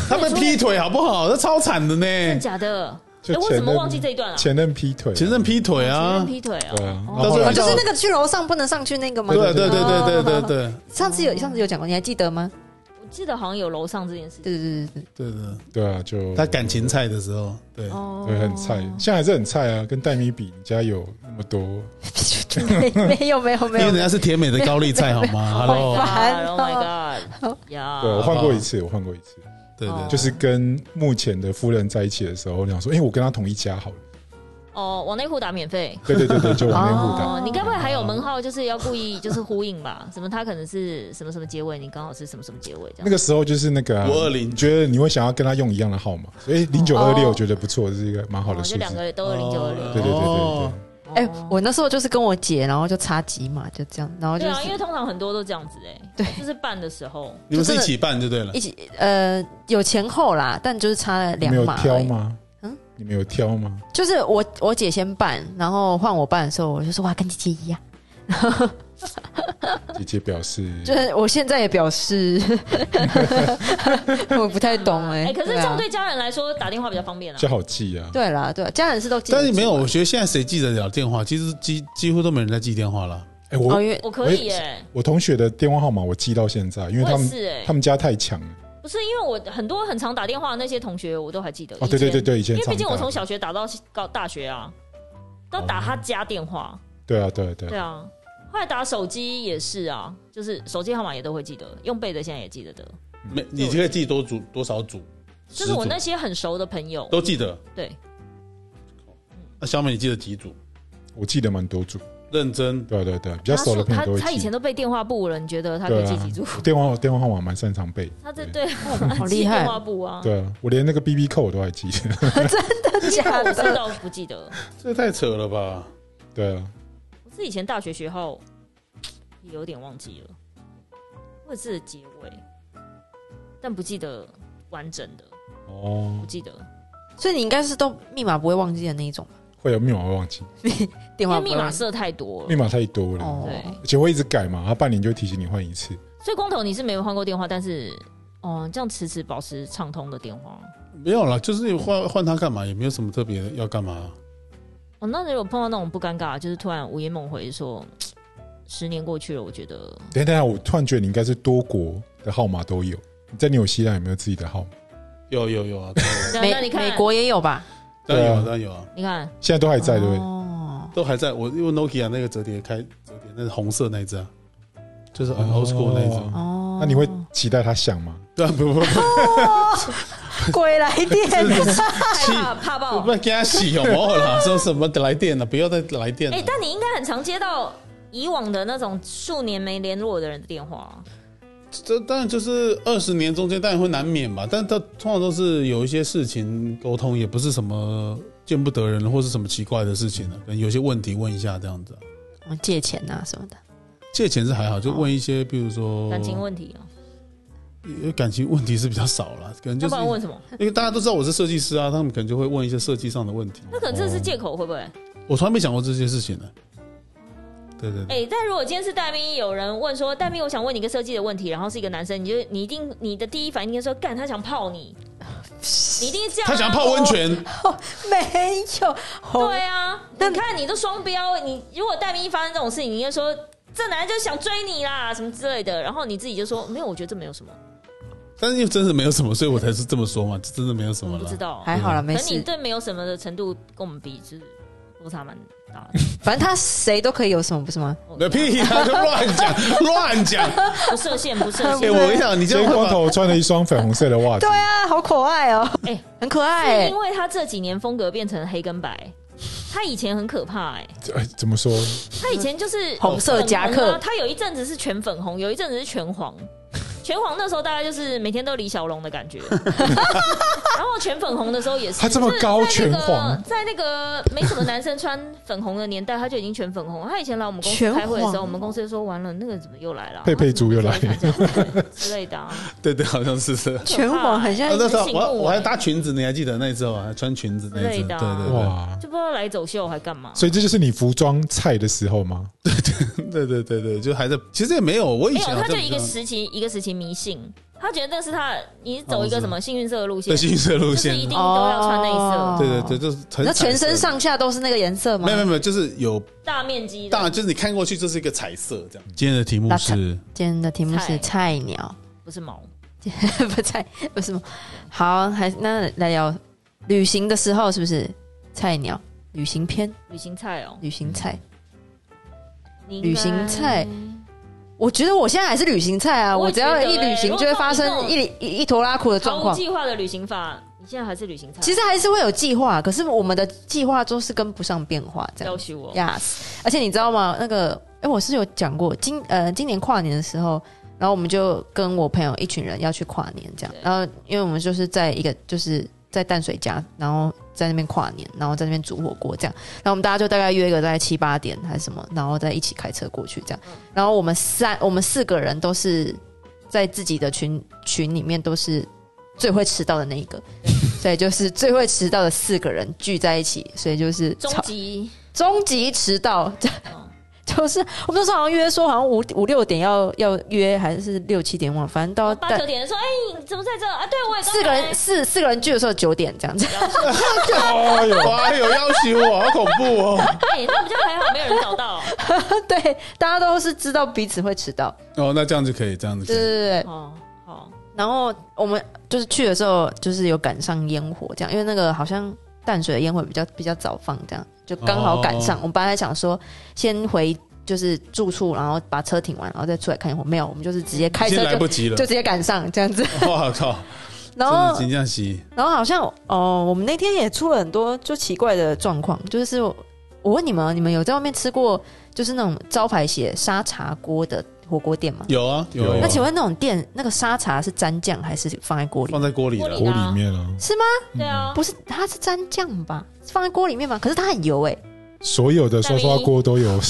他们劈腿好不好？这超惨的
真的
呢，
假的？
就
哎，我
前
怎么
任
忘记这一段了？
前任劈腿啊，
前任劈腿
前任
啊，
劈腿啊！
对啊，
但
然后
是
后
哦，
来
就是那个去楼上不能上去那个吗？哦
对啊对对对对对对对
上次有上次有讲过，你还记得 吗？
我记得好像有楼上这件事情。
对对对对
对对，
对啊，就
他感情菜的时候，对
对，，哦
对很菜，现在还是很菜啊，跟戴米比，你家有那么多，
没没有没有没
因为人
有，
家是甜美的高丽菜好 吗？Hello，
Oh my god！呀，
对我换过一次，我换过一次，
对对，
就
就是
跟目前的夫人在一起的时候，我想说，哎，我跟他同一家好了，
哦，往内裤打免费。
对对对对，就往内户打，
哦，你该不会还有门号，就是要故意就是呼应吧？什么他可能是什么什么结尾，你刚好是什么什么结尾这
那
样。
个时候就是那个啊
520
你觉得你会想要跟他用一样的号码，所以零九二六我觉得不错，这是一个蛮好的
哦，
数
就
字。
两个都是零九二
对对对
六。
对
哦
哎
哦，
我那时候就是跟我姐，然后就差几码，就这样，然后就
对啊，因
是
为通常很多都这样子哎，
对
就是办的时候，
你们是一起办就对了
一，起呃有前后啦，但就是差
对，
了
你
两
们有
码而
挑
已。
吗？嗯
嗯，
你们有挑 吗？
就是我我姐先办，然后换我办的时候，我就说哇跟姐姐一样，
姐姐表示，
就是我现在也表示 我不太懂哎、
哎，可是这
啊
样对家人来说打电话比较方便啊
就。好记啊。
对啦，对啦，家人是都记得
但是
住
没有，
啊
我觉得现在谁记得了电话？其实几几乎都没人在记电话了。
哎，
哦，
我
因为
我可以哎，
我同学的电话号码我记到现在，因为
我
他
也
们
是哎
他，们家太强了。
不是因为我很多很常打电话的那些同学，我都还记得。
哦，对对对对，以前
因为毕
常
竟我
打
从小学打到高大学啊，都打他家电话。
对啊对啊对啊
对啊，后来打手机也是啊，就是手机号码也都会记得，用背的现在也记得的。
没，你可以记多组多少组？
就
十
是我
组
那些很熟的朋友，
都记得。
对，
啊那小美，你记得几组？
我记得蛮多组，
认真
对对对，比较
他
熟
说
的朋
他
友都会
他以
记
前。都背电话簿了，你觉得他可
对
以记
啊哦
几组？，
电话电话号码蛮擅长背。
他这 对，
好
好
厉害
电话簿啊，
对啊，我连那个 B B 扣我都还记。
假
我是
的，
都不记得。
这太扯了吧？
对啊，
我是以前大学学号也有点忘记了，我是结尾，但不记得完整的，
哦
不，记得，
所以你应该是都密码不会忘记的那一种吧，
会有密码会忘记，
电
因
话
为
不
密
会
码
忘记
设太多
密
了。
码太多了，
哦
对，
而且会一直改嘛，他半年就会提醒你换一次。
所以光头你是没有换过电话，但是哦，这样迟迟保持畅通的电话。
没有啦，就是你换换他干嘛？也没有什么特别要干嘛。啊
哦，那如果碰到那种不尴尬，就是突然午夜梦回说，十年过去了，我觉得
等一下等一下，我突然觉得你应该是多国的号码都有。你在纽西兰有没有自己的号码？
有有有啊，
那那你
美
看
美，国也有吧？
当然有
对
啊，
啊
当然有啊，
你看
现在都还在对不对？
哦，
都还在。我因为 Nokia 那个折叠开折叠，那是红色那一只啊，就是很 old school 那一只。
哦
哦
那你会 期待它响吗？
对啊，不不不，
鬼来电？
害怕怕爆
我不。要给他洗有没有啦？说什么来电啊了？不要再来电了
哎、。但你应该很常接到以往的那种数年没联络的人的电话，啊
这当然就是二十年中间当然会难免嘛，但他通常都是有一些事情沟通，也不是什么见不得人或是什么奇怪的事情了、啊可能有些问题问一下这样子啊、
我们借钱啊什么的，
借钱是还好，就问一些，比如说
哦感情问题啊，
呃感情问题是比较少了，可能
要
就是
不然问什么？
因为大家都知道我是设计师啊，他们可能就会问一些设计上的问题。
那可能这是借口，会不会？
我从来没想过这些事情呢、对对对，
哎、但如果今天是戴咪，有人问说戴咪，我想问你一个设计的问题，然后是一个男生，你就你一定你的第一反应应该说干，他想泡 你，你一定是这样、
他想要泡温。泉，
哦
没有。
对啊，
那
你看你都双标，你如果戴咪发生这种事情，你应该说这男人就想追你啦，什么之类的，然后你自己就说没有，我觉得这没有什么，
但是又真的没有什么，所以我才是这么说嘛，真的没有什么
我
了。
不知道，啊
还好
嗯
啦，没
可你
事。
对没有什么的程度跟我们比，就是落差蛮大 的。
反正他谁都可以有什么，不是吗？
哦
那屁呀、就乱 讲乱讲！
不设限，不设
哎、
限，
我跟你讲，你这
所以
样会
光
把
头穿了一双粉红色的袜子，
啊，好可爱哦、
哎
很可爱、
是
欸
因。为他这几年风格变成黑跟白。他以前很可怕哎、
哎，怎么说？
他以前就是
红色夹克
粉红啊他有一阵子是全粉红，有一阵子是全黄。 全黄那时候大概就是每天都李小龙的感觉，然后全粉红的时候也是
他这么高
就是在
全
那个
黄
在那个没什么男生穿粉红的年代，他就已经全粉红了。他以前来我们公司
全
开会的时
黄
候，我们公司就说完了，那个怎么又来了？
佩佩猪又来了
啊怎么这个之类的啊，
对对，好 像是是。
全网很像
啊、那时候
醒目
我我
哎
还搭裙子，你还记得那一次吗？还穿裙子那一
之
次，
类的
对
啊
对对
哇！
就不知道来走秀还干嘛。
所以这就是你服装菜的时候吗？
对对对对，就还在，其实也没有，我以
没
前
有，
好
他
像
就
比
一个
较
时期一个时期迷信，他觉得那是他你走一
哦
个
是
什么幸运色的路线
对，新社
就
路
是
线
一，定都要穿内
哦
色，
对对对，就是很
那全
彩色
身上下都是那个颜色吗？
没有没有没有，就是有
大面积
大，
的，
就是你看过去就是一个彩色这样。今天的题目
大彩
是
今天的题目是
菜
菜鸟，
不是毛。
不菜不是吗？好，还那来聊旅行的时候是不是菜鸟？旅行篇，
旅行菜哦，
旅行菜，
你应该
旅行菜。我觉得我现在还是旅行菜啊！
我
我
也
只要
觉得
一旅
欸
行，
如果
就会发
照
生
你
一里一一坨拉苦的状
毫无
况。
计划的旅行法，你现在还是旅行菜，
其实还是会有计划，可是我们的计划都是跟不上变化，这样
要。求我
Yes，而且你知道吗？那个，哎、我是有讲过，今呃今年跨年的时候，然后我们就跟我朋友一群人要去跨年，这样。
对
然后因为我们就是在一个就是在淡水家，然后在那边跨年，然后在那边煮火锅这样。然后我们大家就大概约一个大概七八点还是什么，然后再一起开车过去这样。然后我们三我们四个人都是在自己的群群里面都是最会迟到的那一个，所以就是最会迟到的四个人聚在一起，所以就是
终
吵
极
终极迟到，
嗯
就是我们那时候好像约说，好像五五六点要要约，还是六七点忘了，反正到
八九点说，哎，你怎么在这啊？对我也刚
哦四个
来
人四四个人聚的时候九点这 样子，
哎呦，
哇，有要求我，好恐怖哦！
哎，那比较还好，没有人找 到
对，大家都是知道彼此会迟到，
哦，那这样就可以，这样子可
对对
以。
对对。
哦。好，
然后我们就是去的时候，就是有赶上烟火这样，因为那个好像淡水的烟火比较比较早放，这样就刚好赶上。
哦
我们本来想说先回就是住处，然后把车停完，然后再出来看烟火，没有，我们就是直接开
已经
车
来
就
不及了
就，直接赶上这样 子。
哇靠！
然
真
后
的金匠喜
然后好像哦，我们那天也出了很多就奇怪的状况，就是我问你们哦，你们有在外面吃过就是那种招牌写沙茶锅的火锅店吗？
有啊有啊
有
有
那
啊，
请问那种店那个沙茶是沾酱还是放在锅里
放？在锅里
锅
了
里。
锅里面啊，
是吗？
对啊，
不是，它是沾酱吧？是放在锅里面吧？可是它很油哎、
所有的刷刷锅都 有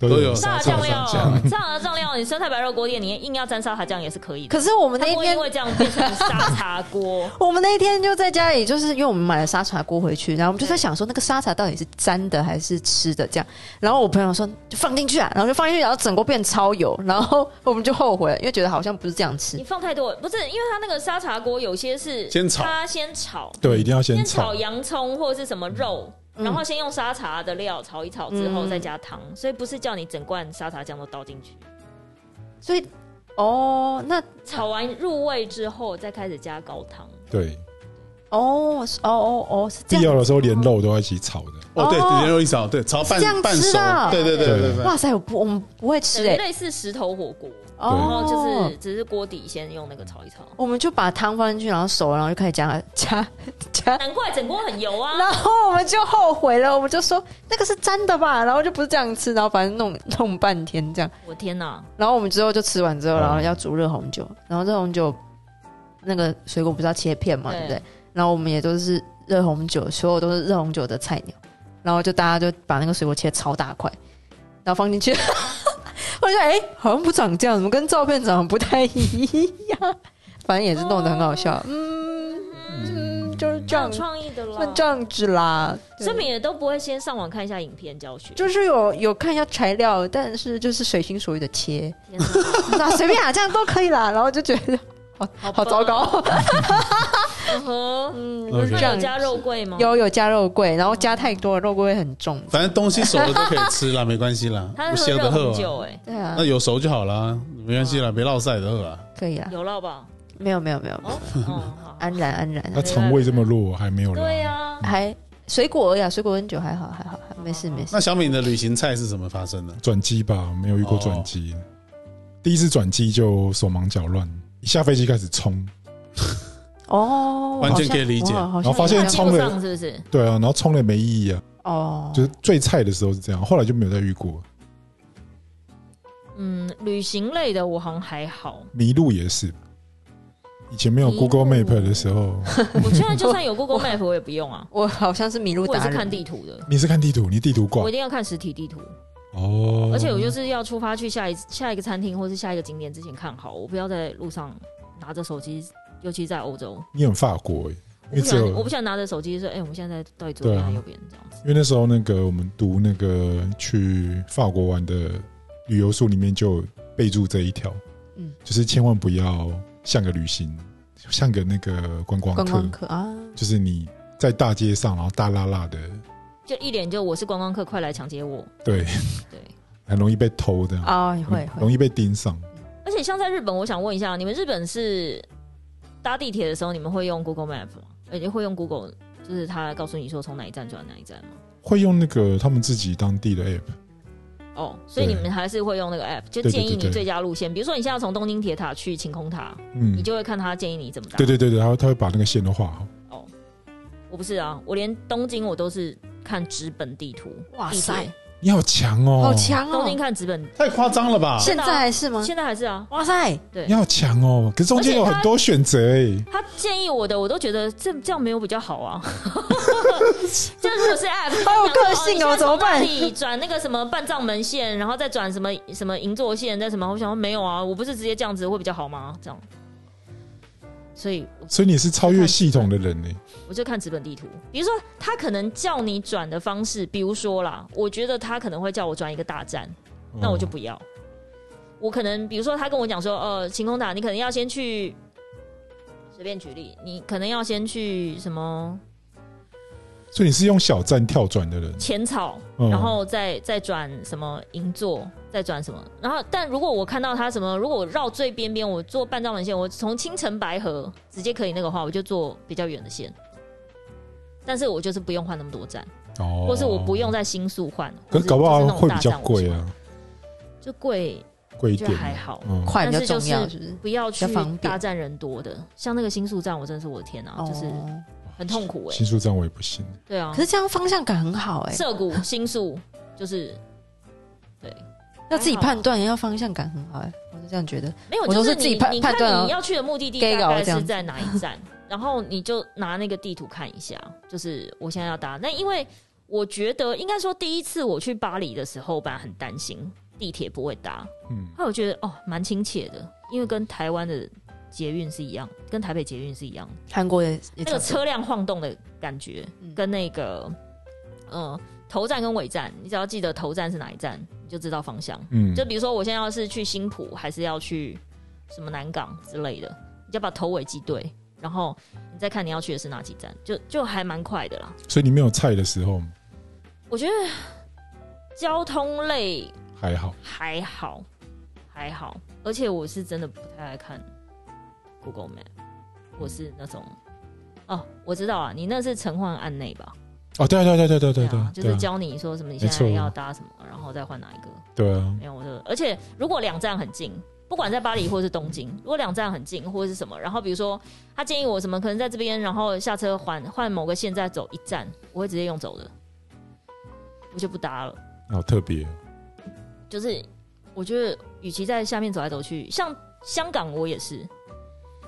都
都有
沙
沙
茶
茶酱
沙
料，
酱，
沙茶酱料，你生菜白肉锅店，你硬要沾沙茶酱也是可以的。
可是我们
它
那一
不会因
天，
为这样变成沙茶
。
锅
我们那一天就在家里，就是因为我们买了沙茶锅回去，然后我们就在想说那个沙茶到底是沾的还是吃的这样。然后我朋友说就放进去啊，然后就放进去，然后整锅变超油，然后我们就后悔了，因为觉得好像不是这样吃
你。放太多，不是因为它那个沙茶锅有些是
先炒
它先炒，
对，一定要
先
先
炒
炒。
洋葱或者是什么肉，
嗯
然后先用沙茶的料炒一炒之后再加汤，所以不是叫你整罐沙茶酱都倒进去，
所以哦，那
炒完入味之后再开始加高汤。
对，
哦是哦哦哦是这
必
样
要。的时候连肉都要一起炒的。
啊
哦，对，
哦
人肉一勺，对，炒
是这样
半半
吃
熟
的，
对对对对对。
哇塞，我不我们不会吃
等于
哎、
类似石头火锅，
哦
然后就是只是锅底先用那个炒一炒，
我们就把汤放进去，然后熟了，然后就开始 加加加，
难怪整锅很油啊。
然后我们就后悔了，我们就说那个是沾的吧，然后就不是这样吃，然后反正弄弄半天这样，
我天哪，
然后我们之后就吃完之后，
嗯
然后要煮热红酒，然后热红酒那个水果不是要切片嘛，
对
对不对？然后我们也都是热红酒，所有都是热红酒的菜鸟，然后就大家就把那个水果切超大块，然后放进去。 我就哎、诶好像不长这样，怎么跟照片长得不太一样？反正也是弄得很好笑，嗯嗯，就是这样
很，创意的啦
那。这样子啦。对
所以你也都不会先上网看一下影片教学，
就是有有看一下材料，但是就是随心所欲的切，
天哪
那随便啊，这样都可以啦。然后就觉得
好
好糟糕，
嗯哼，
嗯，
OK
就是这
那有
样。
加肉桂吗？，
有有加肉桂，然后加太多了肉桂会很重。
反正东西熟了都可以吃啦，没关系 啦。
他
不
是
咸
喝热
的喝
红酒
啊，
哎，
对啊
那，有熟就好啦，没关系啦，别落晒的喝啊。
可以啦。
有了吧？
没有没有没有，
哦，哦 好，
安然安然
他，肠胃这么弱，还没有拉
对啊呀，
还水果而已啊，水果跟酒还好还好，还没事没事。
那小敏的旅行菜是怎么发生的？
转机吧，没有遇过转机。
哦
第一次转机就手忙脚乱，一下飞机开始冲，
哦，
完全可以理解
我好像
然后发现
我好像
记
冲
不
了，
上是不是？
对啊，然后冲了没意义啊，
哦，
就是最菜的时候是这样，后来就没有再遇过。
嗯，旅行类的我好像还好，
迷路也是，以前没有
迷路
Google Map 的时 候，
我现在就算有 Google Map 我也不用啊，
我好像是迷路
我也
达
是看
人。
地图的，
你是看地图，你地图挂
我一定要看实体地图，
哦，
而且我就是要出发去下一下一个餐厅或是下一个景点之前看好，我不要在路上拿着手机，尤其在欧洲，
你很法国、欸，因
我
为
不
只
喜欢
有
我不喜欢拿着手机说，哎、我们现在在到底左边还是右边这样子。
因为那时候那个我们读那个去法国玩的旅游书里面就有备注这一条，
嗯
就是千万不要像个旅行，像个那个观光客，
观光客啊，
就是你在大街上然后大辣辣的，
就一脸就我是观光客，快来抢劫我！
对，
对，
很容易被偷的，
啊会
容
会，
易被盯上。
而且像在日本，我想问一下，你们日本是搭地铁的时候，你们会用 Google Map 吗？而且会用 Google，就是他告诉你说从哪一站转哪一站吗？
会用那个他们自己当地的 app，
哦，所以
对
你们还是会用那个 app，就
对对
建议
对对
你最佳路线。比如说你现在要从东京铁塔去晴空塔，你
嗯，
就会看他建议你怎么搭。
对对对对，他会他会把那个线都画好，
我不是啊，我连东京我都是看纸本地图。
哇
地铁
塞，
你好强哦，
好，强
东
哦
京！看纸本，
太夸张了吧！
现在还是吗？
现在还是啊。
哇塞，
对
你，好强哦，可是中间有很多选择哎、
他建议我的，我都觉得这这样没有比较好 啊。 就如果是 app，
好有个性哦
他想说
怎么办
你现在从哪里转那个什么半藏门线，然后再转什么什么银座线，再什么？我想说没有啊，我不是直接这样子会比较好吗？这样，所以我
所以你是超越系统的人欸呢、
我就看纸本地图。比如说，他可能叫你转的方式，比如说啦，我觉得他可能会叫我转一个大站，那我就
哦
不要。我可能比如说，他跟我讲说，呃，晴空塔，你可能要先去，随便举例，你可能要先去什么
所以你是用小站跳转的人，
浅草，
嗯
然后再再转什么银座，再转什么。然后，但如果我看到他什么，如果我绕最边边，我坐半藏门线，我从青城白河直接可以那个话，我就坐比较远的线。但是我就是不用换那么多站，
哦，
或是我不用，在新宿换，
可
或
是搞不好
就是那种
会比
大
较
站我
贵
喜欢，
啊，
就贵
贵一
就
点
还好
嗯，
快比较
但是就
重
是
要，是不是？
不要去
比较方便
大站人多的，像那个新宿站，我真的是我的天啊，就是
哦
很痛苦哎、
新宿这样我也不行。
对啊
可，是这样方向感很好哎、
涩谷、新宿就是
要自己判断，要方向感很好哎、我是这样觉得。
没有，
我都
就是
自己
你
判
你
判断
看
哦
你要去的目的地
gay
大
佬
概
这样
是在哪一站，然后你就拿那个地图看一下，就是我现在要搭。那因为我觉得应该说第一次我去巴黎的时候，本来很担心地铁不会搭，
嗯，
后来我觉得哦蛮亲切的，因为跟台湾的捷运是一样，跟台北捷运是一样的。
韩国也
那
也差
个
不多
车辆晃动的感觉，
嗯
跟那个呃头站跟尾站，你只要记得头站是哪一站，你就知道方向。
嗯，
就比如说，我现在要是去新浦，还是要去什么南港之类的，你就把头尾记对，然后你再看你要去的是哪几站，就就还蛮快的啦。
所以你没有菜的时候
我觉得交通类
还好，
还好，还好，而且我是真的不太爱看 Google Map，我是那种哦，我知道啊，你那是陈焕案内吧？
哦，对啊对啊对啊对啊对啊对啊，
啊，就
对
是
啊
教你说什么，你
没
现
错
在要搭什么，然后再换哪一个。
对啊，
没有我的，而且如果两站很近，不管在巴黎或是东京，如果两站很近或是什么，然后比如说他建议我什么，可能在这边，然后下车换换某个线再走一站，我会直接用走的，我就不搭了。
好特别哦，
就是我觉得，与其在下面走来走去，像香港我也是，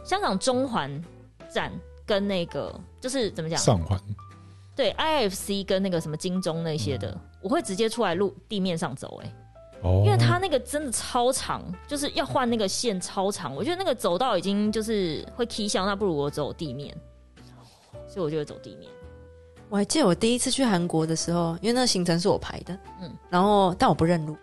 香港中环站跟那个就是怎么讲，
上环
对 IFC 跟那个什么金钟那些的，我会直接出来路地面上走、欸，
哦，
因为它那个真的超长，就是要换那个线超长，我觉得那个走到已经就是会踢香，那不如我走地面，所以我就会走地面。
我还记得我第一次去韩国的时候，因为那个行程是我排的，
嗯
嗯，然后但我不 认路，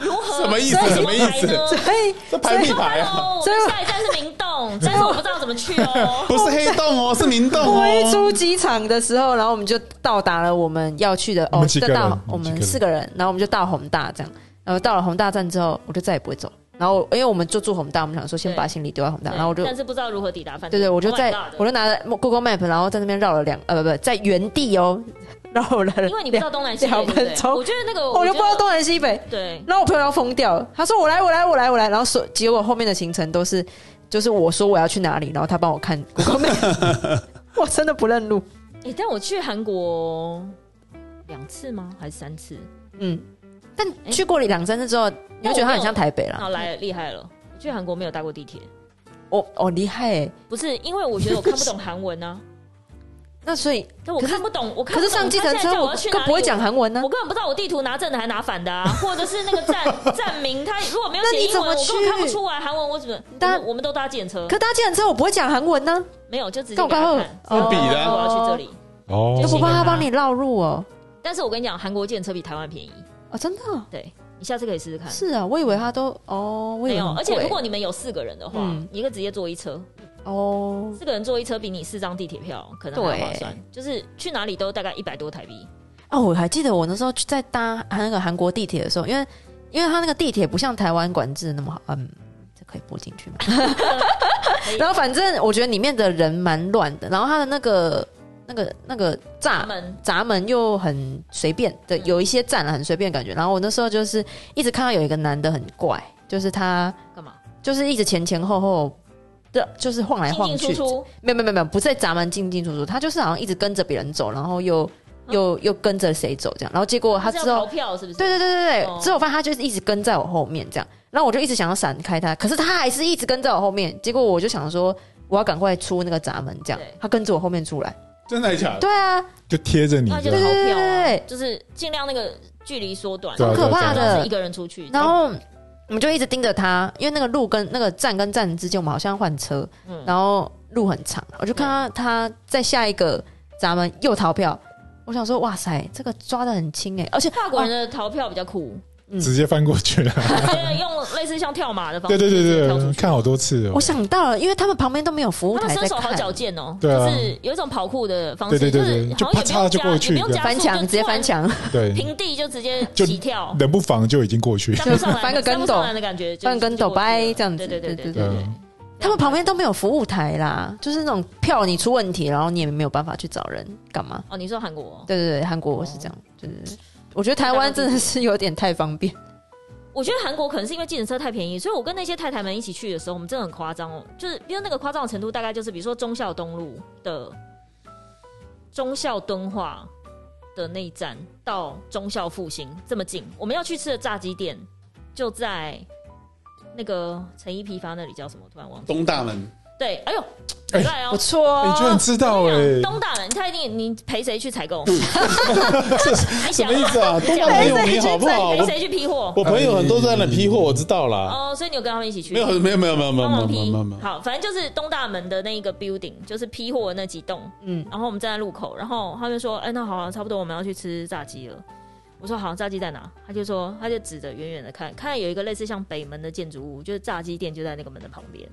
如何？
什么意思
所以
什么意
怎
思
么排呢
所以
这排屁排啊，
哦，我
所以
们下一站是明洞，但是我不知道怎么去 哦。
不是黑洞哦，是明洞
我一
哦。
出机场的时候，然后我们就到达了我们要去的
你
哦，
们几
就
个人
到
你们
我
几个
们
人
四个人，然后我们就到宏大这样，然后到了宏大站之后，我就再也不会走。然后因为我们就住宏大，我们想说先
对
把行李丢在宏大，
对
然后我就
但是不知道如何抵达饭店。
对对，我就
Oh my
在
God
我就拿着 Google Map，然后在那边绕了两呃不不，在原地哦 绕了两，
因为你不知道东南西北，
两
对不对
分钟
我觉得那个
我就不知
觉
道
得
东南西北，
对。
然后我朋友要疯掉了，他说我来我来我来我来，然后说结果后面的行程都是就是我说我要去哪里，然后他帮我 看 Google Map，我真的不认路，
哎，但我去韩国两次吗？还是三次？
嗯，但去过两三次之后，你会觉得它很像台北
好
啦，
来厉害了，我去韩国没有搭过地铁，
嗯哦哦厉害欸，
不是因为我觉得我看不懂韩文啊。
那所以
但我
可是
看不懂，我看
可
不懂
是上计程
他现
车
在叫
我
我要去哪
更
里
不会讲，韩文呢
我，根本不知道我地图拿正的还拿反的啊，或者是那个 站站名，他如果没有
那
写
你
英
怎
文，
么
我根本
去
看不出来韩文，我怎么？
当
我
然
们我们都搭计程车，
可搭计程车我不会讲韩文呢，
没有就直接
那我
给他
刚
看
刚
用笔的啊
我要去这里。
哦
就
都哦不
是
怕
给
他
他
帮你绕路哦，
但是我跟你讲，韩国计程车比台湾便宜，
哦真的哦。
对你下次可以试试看。
是啊，我以为他都哦，我
没
以为
有，
很
而且
贵
如果你们有四个人的话
嗯，
你可以直接坐一车，
哦，
四个人坐一车比你四张地铁票可能还要划
对
算，就是去哪里都大概一百多台币。
哦，我还记得我那时候去在搭那个韩国地铁的时候，因为因为他那个地铁不像台湾管制那么好，嗯，这可以播进 去吗？然后反正我觉得里面的人蛮乱的，然后他的那个那个那个
他
闸
们
闸门嗯又很随便的，有一些站了很随便的感觉。然后我那时候就是一直看到有一个男的很怪，就是他
干嘛？
就是一直前前后后的，就是晃来
进
晃
进
去，
出出，
没有没有没有，不是在闸门进进出出，他就是好像一直跟着别人走，然后
嗯
又、又又跟着谁走这样，然后结果他
是要
之
逃
后，
票是不是？
对对对对对，
嗯哦
之后我发现他就是一直跟在我后面这样，然后我就一直想要闪开他，可是他还是一直跟在我后面，结果我就想说我要赶快出那个闸门这样
对，
他跟着我后面出来，
真的假的？
对啊，
就贴着你
那就
的
逃
对对
票、
对
啊
对，
就是尽量那个距离缩短，
对啊
很可怕
不要是一
的，
个人出去。
然后。我们就一直盯着他，因为那个路跟那个站跟站之间，我们好像换车，
嗯
然后路很长，我就看到他在下一个闸门又逃票，我想说哇塞，这个抓的很轻哎、而且
法国人
哦
的逃票比 较酷，
直接翻过去了，
直接用类似像跳马的方
对
式，
对对
跳出
对，
去。
看好多次
我
哦，
想到了，因为他们旁边都没有服务
他
台
们
在
身手好
看，
矫健哦，
对啊
就是有一种跑酷的方式，
对对对对
就是好像也
就啪嚓就
不用
过
加，
去
也不用加速
翻墙
就
直接翻，墙，
对，
平地就直接
就
起跳，
冷不防就已经过去，
站 不上来，
翻个跟
站
斗
不上来的感觉，就
翻个跟
就
斗
过去了
掰这样子
对对对
对对
对
对对
啊，
他们旁边都没有服务台啦，就是那种票你出问题，然后你也没有办法去找人干嘛？
哦，你说韩国，
对对对，韩国是这样，对对对，我觉得台湾真的是有点太方便，
我觉得韩国可能是因为计程车太便宜，所以我跟那些太太们一起去的时候，我们真的很夸张哦。就是比如那个夸张的程度，大概就是比如说忠孝东路的忠孝敦化的那一站到忠孝复兴这么近，我们要去吃的炸鸡店就在那个成衣批发那里，叫什么？突然忘记。
东大门
对，哎呦，没赖哦
不。错
哎
哦，
你居然知道哎、
啊东大人，他一定你陪谁去 采购？ 你
什
想
么意思啊？东大门
门
有
有
名
名
好
好
不
不
好？
好
陪
我
谁去批货？
我朋友很多都在那批货，我知道啦。
哦，所以你有跟他们一起去？
没有没有没有没有没有
帮
没
忙
有没
批
有没有。
好，反正就是东大门的那一个 building，就是批货的那几栋。
嗯，
然后我们站在路口，然后他就说：“哎、那好、啊，差不多我们要去吃炸鸡了。”我说：“好，炸鸡在哪？”他就说，他就指着远远的看，看到有一个类似像北门的建筑物，就是炸鸡店就在那个门的旁边。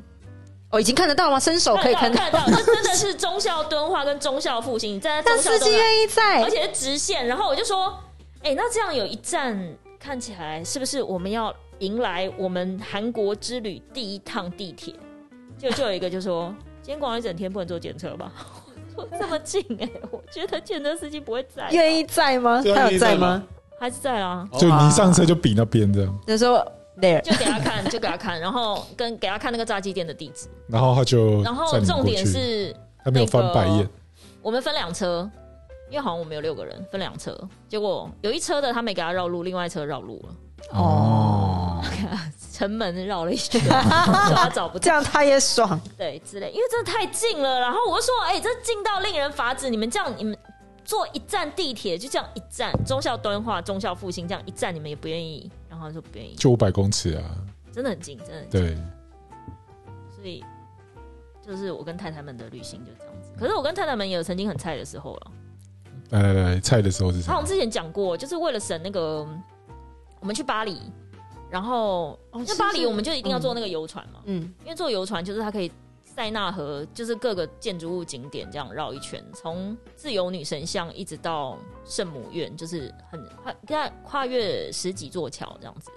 哦，已经看得到吗？伸手可以看
看
到，
得到，这真的是忠孝敦化跟忠孝复兴，你站在
但
忠孝敦
司
化
机愿意
而
载，
且是直线。然后我就说，哎、那这样有一站看起来是不是我们要迎来我们韩国之旅第一趟地铁？就就有一个就说， 今天逛了一整天，不能坐检测吧？ 我说这么近哎、我觉得检测司机不会在、
愿意载吗？
对啊
他
愿意
有
载
载
吗
吗？
还是在啊？
就你一上车就比那边这样，
那时候 there
就给他看，就给他看，然后跟给他看那个炸鸡店的地址。
然后他就
然后
载你
重
过
点
去，
是，
他没有翻白
那
眼
个，我们分两车，因为好像我们有六个人，分两车。结果有一车的他没给他绕路，另外一车绕路了，
哦，
城门绕了一圈，说他找不
这
到，
样他也爽，
对之类，因为真的太近了。然后我就说，哎、这近到令人发指！你们这样，你们坐一站地铁就这样一站，忠孝敦化、忠孝复兴这样一站，你们也不愿意。然后他说不愿意，
就五百公尺啊，
真的很近，真的很近。
对，
所以就是我跟太太们的旅行就这样子。可是我跟太太们也有曾经很菜的时候了。
来来来，菜的时候是什
他好
么
像？之前讲过，就是为了省那个，我们去巴黎，然后
哦
那巴黎我们就一定要坐那个游船嘛，
嗯，
因为坐游船就是它可以塞纳河，就是各个建筑物景点这样绕一圈，从自由女神像一直到圣母院，就是很跨跟它跨越十几座桥这样子。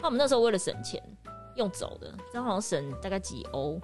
那我们那时候为了省钱，用走的，这样好像省大概几欧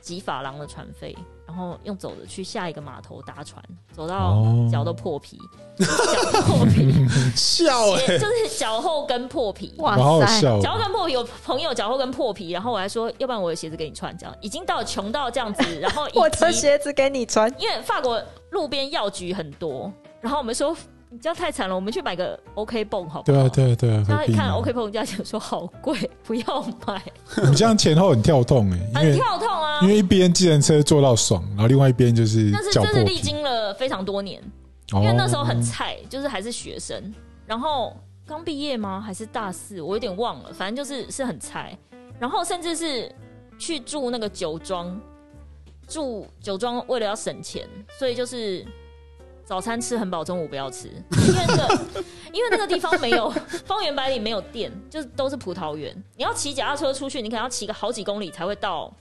几法郎的船费，然后用走的去下一个码头搭船，走到
哦
脚都破皮，脚破皮，
笑哎、
鞋就是脚后跟破皮。
我好好
哇
啊
塞，
笑哦，
脚后跟破皮，有朋友脚后跟破皮，然后我还说，要不然我的鞋子给你穿，这样已经到穷到这 样子，然后以及
我的，鞋子给你穿，
因为法国路边药局很多，然后我们说你这样太惨了，我们去买个 OK 泵好不
对
好？
啊对啊对啊，
他
何必
一看
呢？
OK 泵价钱说好贵，不要买，
你这样前后很跳动哎，因
很
为
跳痛啊
因。为一边计程车坐到爽，然后另外一边就是
但是
脚
真
破哦
是历
皮，
经了非常多年，
因
因为那时候很 菜，就是还是学生，然后刚毕业吗？还是大四？我有点忘了，反正就是是很菜。然后甚至是去住那个酒庄，住酒庄为了要省钱，所以就是早餐吃很饱，中午不要吃，因为那个因为那个地方没有方圆百里没有店，就是都是葡萄园。你要骑脚踏车出去，你可能要骑个好几公里才会到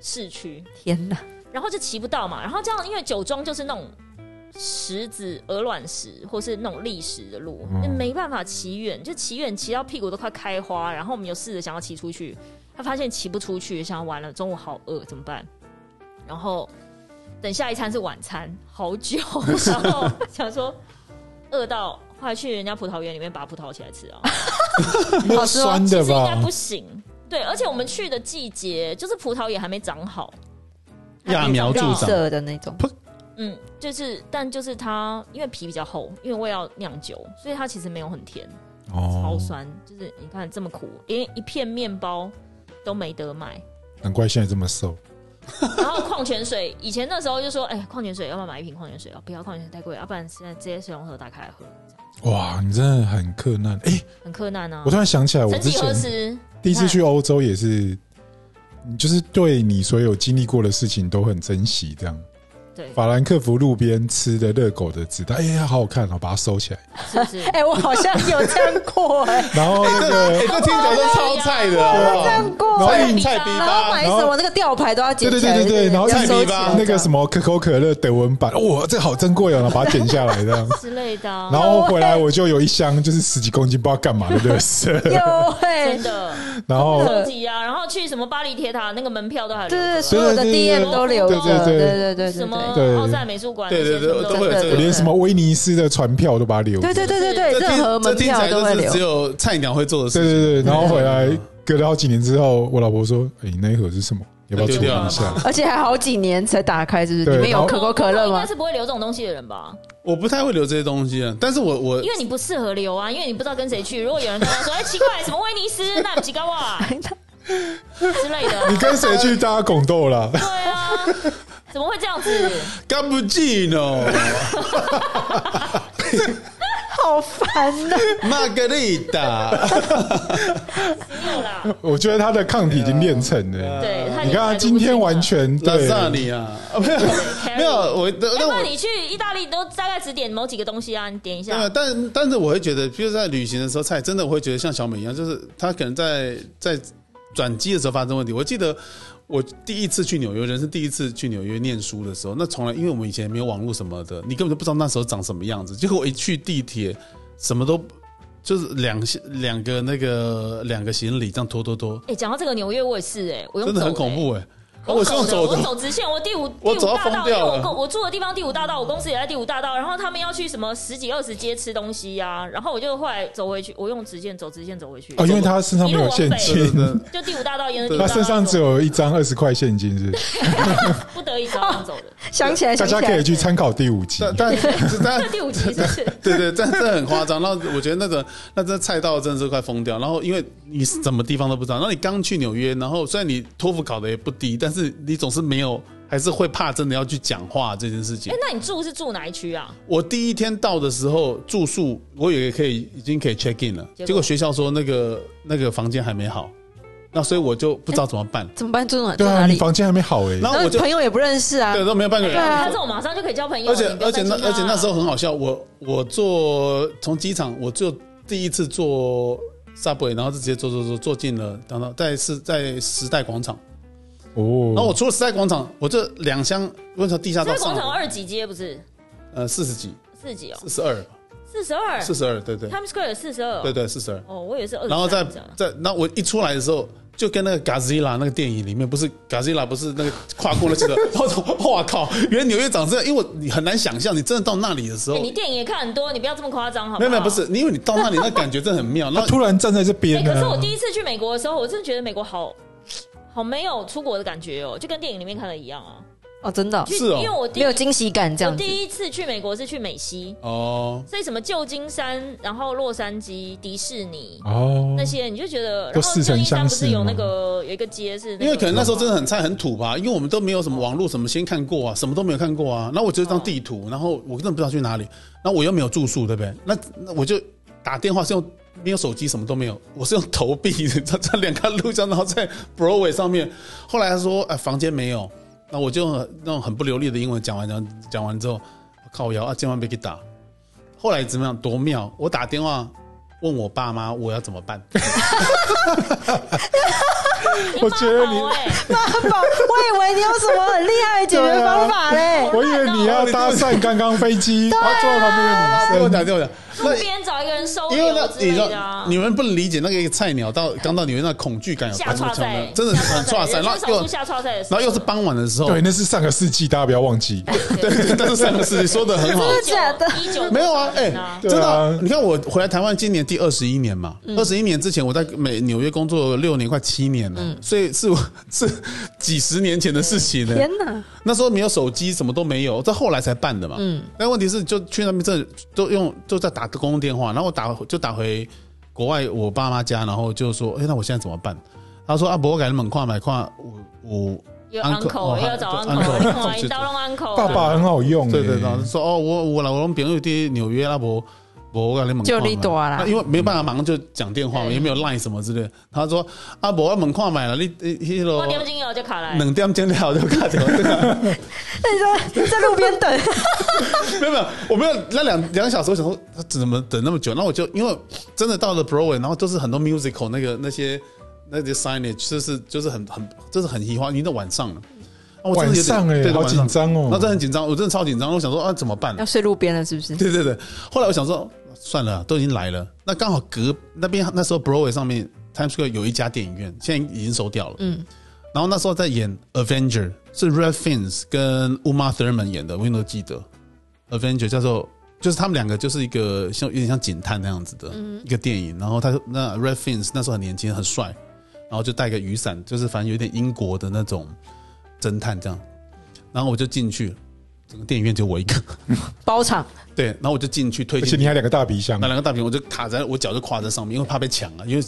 市区。
天哪，
然后就骑不到嘛。然后这样，因为酒庄就是那种石子、鹅卵石或是那种砾石的路，
哦
嗯
那没办法骑远，就骑远骑到屁股都快开花。然后我们有试着想要骑出去，他发现骑不出去，想要完了，中午好饿，怎么 办？然后等下一餐是晚餐，好久，然后想说饿到。后来去人家葡萄园里面拔葡萄起来吃 啊，哦
没有酸的
其实应该
吧
不？行。对，而且我们去的季节就是葡萄也还没长好，
揠苗助
我
绿
长，
色的那种，
嗯，就是，但就是它因为皮比较厚，因为我也要酿酒，所以它其实没有很甜，超
哦，
酸。就是你看这么苦，连一片面包都没得买。
难怪现在这么瘦。
然后矿泉水，以前那时候就说，哎、矿泉水要不要买一瓶矿泉水啊？不要矿泉水太贵，要、不然现在直接水龙头打开来喝，
哇，你真的很克难。哎、
很困难啊
我。突然想起来，我
曾
之
几何
前
时，
第一次去欧洲也是，你就是对你所有经历过的事情都很珍惜。这样，
对，
法兰克福路边吃的热狗的纸袋，哎、呀，好好看哦，把它收起来。
是不是？
哎，我好像有这样过，哎，
然后那
哎、
个
这听起来都超菜的，好不好？啊
过哎
然后
菜
硬
菜逼
然
然后
吧
买，什么那个吊牌都要剪起来，
对对对对对然后
要收
菜
起
逼
来
吧
那个什么可口可乐德文版，哇，这好珍贵哦，然后把它剪下来这 样。
哦
之类的啊，
然后回来我就有一箱，就是十几公斤不知道干嘛的乐 色，
有哎
真，的
然后
收集啊，然后去什么巴黎铁塔那个门票都还
对
留
对，
着，
对所有的
对对
DM
对
都留着，
对对
对
对
对对对
什么
对
对
奥赛美术馆，
对对对
那些全部
都会有这
我
个
连什么威尼斯的船票都把它留着。
对对对对对，
这
任何
听这
门
听起
票
来
都会
就是
留
只。有菜鸟会做的事
对
情。
对对，然后回来隔了好几年之后，我老婆说：“哎，你那一盒是什么？要不要处理一下
而且还好几年才打开，是不是？
对
里面有
然后
可口可乐
应
吗
该？是不会留这种东西的人吧？
我不太会留这些东西啊，但是我我
因为你不适合留啊，因为你不知道跟谁去。如果有人跟他说：“哎，奇怪，什么威尼斯、那吉高瓦之类的啊、？”
你跟谁去？大家拱斗了。
对啊，怎么会这样子？
干不 进哦，
好烦啊呐！
玛格丽达，
没有啦，
我觉得他的抗体已经练成了。
对，啊他已经
你看他
态度
今
不
天
行
完
了。
全
拉
对，
萨尼啊，啊
哎
没有没有，我
要
那
不然
我
你去意大利都大概只点某几个东西啊？你点一
对啊，
下，
但但是我会觉得，比如在旅行的时候，菜真的我会觉得像小美一样，就是她可能在在转机的时候发生问题。我记得我第一次去纽约，人生第一次去纽约念书的时候，那从来因为我们以前没有网络什么的，你根本就不知道那时候长什么样子。结果我一去地铁，什么都就是两两个那个两个行李这样拖拖拖，
哎，讲到这个纽约，我也是哎，我用
真的
走
很
的
恐
欸
怖哎、
我
我是
走
用
的
走
我
的，
走直线，我第五第
我
五
走到
大道，
疯
因
掉
为我
了
公我住的地方第五大道，我公司也在第五大道，然后他们要去什么十几二十街吃东西呀、然后我就后来走回去，我用直线走直线走回去，
哦，因为他身上没有现
对
金，
对
就第五大道沿着第五
他
大道
身上只
走
有一张二十块现金，是不是
不得已只好这样走 的，
想起来，
大家
想起
可以
来，
去参考第五集。
但但但
这第五集是不 是？
对对，但这很夸张。然后我觉得那个那真的菜道真的是快疯掉。然后因为你是什么地方都不知道，然后你刚去纽约，然后虽然你托福考的也不低，但是你总是没有，还是会怕真的要去讲话这件事情
哎、。那你住是住哪一区啊？
我第一天到的时候住宿，我以为可以已经可以 check in 了，
结果
结果学校说那个那个房间还没好，那所以我就不知道怎么办。
怎么办？住哪？住
对
哪
啊，你
里？
房间还没好哎。
然
然
后我
后
就
朋友也不认识啊
对，都没有半个人。
他这种马上就可以交朋友，
而且
你不
而
用
且
担
那
心啊
而且那时候很好笑，我我坐从机场，我就第一次坐 subway，然后就直接坐坐坐坐进了，然后在是在时代广场，
哦，
然后我出了时代广场，我这两厢问从地下
在
到上
广场
来，
二几街不是
呃，四十几，
四几哦，
四十二，
四十二
四十二，对对
，Times Square 四十二，
对对，四十二。
哦，我也是二，
然后在在，然后我一出来的时候，就跟那个 Godzilla 那个电影里面，不是 Godzilla 不是那个跨过了这个， 我操，哇靠！原来纽约长这样，因为我你很难想象，你真的到那里的时候
哎、，你电影也看很多，你不要这么夸张，好好？
没有没有，不是，因为你到那里那感觉真的很妙，那
他突然站在这
哎、
边呢
可是我第一次去美国的时候，我真的觉得美国好好没有出国的感觉哦，就跟电影里面看的一样啊。
哦，真的哦
去
是哦
因为我第
没有惊喜感这
我
样子。
第一次去美国是去美西，
哦，
所以什么旧金山，然后洛杉矶、迪士尼。
哦
那，些你就觉得，
都
然后
似曾
旧金山
相
不
识
是有那
吗
个有一个街是、那个
因为可能那时候真的很菜很土吧，因为我们都没有什么网络，什么先看过啊，什么都没有看过啊。那我就一张地图，然后我根本不知道去哪里，然后我又没有住宿，对不对？那那我就打电话是用没有手机，什么都没有，我是用投币， 在在两个路上，然后在 Broadway 上面。后来他说，哎，房间没有，那我就用那种很不流利的英文讲完讲讲完之后，靠摇啊，今晚被给打。后来怎么样？多妙！我打电话问我爸妈我要怎么办。
我觉得你
妈宝哎、
妈 宝，我以为你有什么很厉害的解决方法嘞。
我以为你要搭讪刚刚飞机，
啊
他坐在旁
给
边的
我
女生。
打电话讲，那
路边找一个人收
因为
留
那
之
你
类
知
的啊
道，。你们不能理解那个菜鸟到刚到纽约那恐惧感有
下
多
叉
强
赛
的，，真的是很
下
抓
赛，
塞。然
人生少
后又
数下叉赛的时候，
然后又是傍晚的时候，
对，那是上个世纪，大家不要忘记。
对，但是上个世纪说的很好。
真的假的
一九
没有啊，哎、
对
真的啊、
啊
你看我回来台湾今年第二十一年嘛，
嗯
二十一年之前我在美纽约工作六年，快七年了，
嗯
所以是我是几十年前的事情了。
天哪，
那时候没有手机，什么都没有，这后来才办的嘛。嗯，但问题是，就去那边这都用就在打个公共电话，然后我打就打回国外我爸妈家，然后就说，哎、那我现在怎么办？他说啊，不我改门跨买跨五五，
有
uncle，
uncle，
哦
又要找
对 uncle，
uncle，一刀弄 uncle，
爸爸很好用，
对
欸
对对，然
嗯
后说哦，我我来我们朋友去纽约啊，不不我改门
就你大啦
因为没办法马上就讲电话嘛，也没有 line 什么之类的。他说啊，不我门跨买了，你你迄
我
落
点金油就卡来，
两点钟了就打电话。对啊
那 你在在路边等，
没有没有，我没有那两两个小时，我想说他怎么等那么久？那我就因为真的到了 Broadway，然后都是很多 musical 那个那些那些 signage 就是就是很很就是很移花，已经到晚上了。啊我真
晚
的有点
上哎、
对，
好紧张哦
那。真的很紧张，我真的超紧张。我想说啊，怎么办？
要睡路边了是不是？
对对对。后来我想说，算了，都已经来了。那刚好隔那边那时候 Broadway 上面 Times Square 有一家电影院，现在已经收掉了。
嗯，
然后那时候在演 Avenger，是 Red Fins 跟 Uma Thurman 演的，我永远都记得。Avenger 叫做就是他们两个就是一个像有点像警探那样子的、
嗯
一个电影。然后他那 Red Fins 那时候很年轻很帅，然后就带个雨伞，就是反正有点英国的那种侦探这样。然后我就进去，整个电影院就我一个。
包场
对，然后我就进去推
而且你
荐。
还两个大鼻箱欸
那，两个大屏，我就卡在我脚就跨在上面，因为怕被抢啊，因为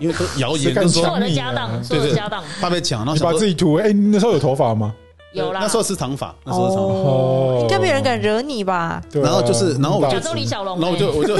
因为 都谣
谁
言
敢
就
所
说
有
抢
的
你
家
啊
当，？所有
对
的
对
家当
怕被抢，然后
你
想
把
说
自己涂哎、你那时候有头发吗？
有啦
那时。候是长发，那时候是长发。
哦
哦，应该没有人敢惹你 吧？
对啊
然后就是然后我
亚
就
洲李小龙
然后我
欸，
就我就，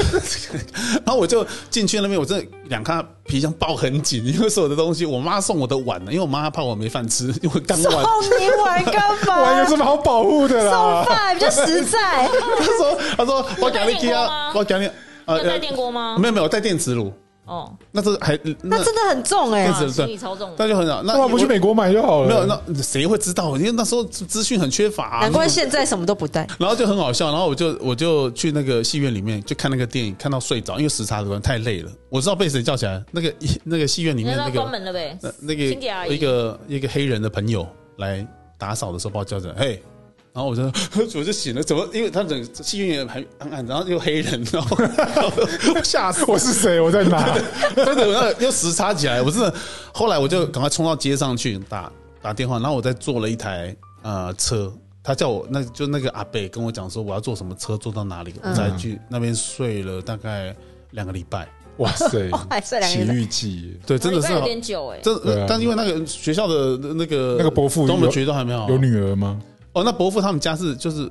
然后我就进去那边，我真的两咖皮箱抱很紧，因为所有的东西，我妈送我的碗呢，因为我妈怕我没饭吃，因为刚
送
完。
你碗干
玩有
嘛？
什么好保护的
啊
送
啦？
饭比较实 在。
她说：“她说我给你
有带电锅
啊
吗，
我给你呃
要带电锅吗
没有没有，我带电磁炉，
哦，
那是还那
那真的很重哎、
电
哇
磁
行
炉
李超重，
那就很好。那
干嘛不去
我
美国买就好了？
没有，那谁会知道？因为那时候资资讯很缺乏啊，
难怪
那种
现在什么都不带。，
然后就很好笑，然后我就我就去那个戏院里面就看那个电影，看到睡着，因为时差的关系太累了。我知道被谁叫起来，那个 那个戏院里
你
面那
那
个
关门了呗？
那那
清洁
个
阿
一
姨
个一个黑人的朋友来打扫的时候把我叫起来，嘿。然后我就 我就醒了，怎么？因为他整个戏院也很暗暗，然后又黑人，然后 然后 我吓死我！
我是谁？我在 哪？
真的，我那个又时差起来，我真的。后来我就赶快冲到街上去打打电话，然后我再坐了一台呃车，他叫我那就那个阿贝跟我讲说我要坐什么车坐到哪里，
嗯
我才去那边睡了大概两个礼拜。
哇塞
还睡两
奇
个
遇记，
对，真的
那
是
礼拜有点久哎，
真
对啊
的，但因为那个学校的那个
那个伯父有
东门学都还没有
有女儿吗？
哦，那伯父他们家是就是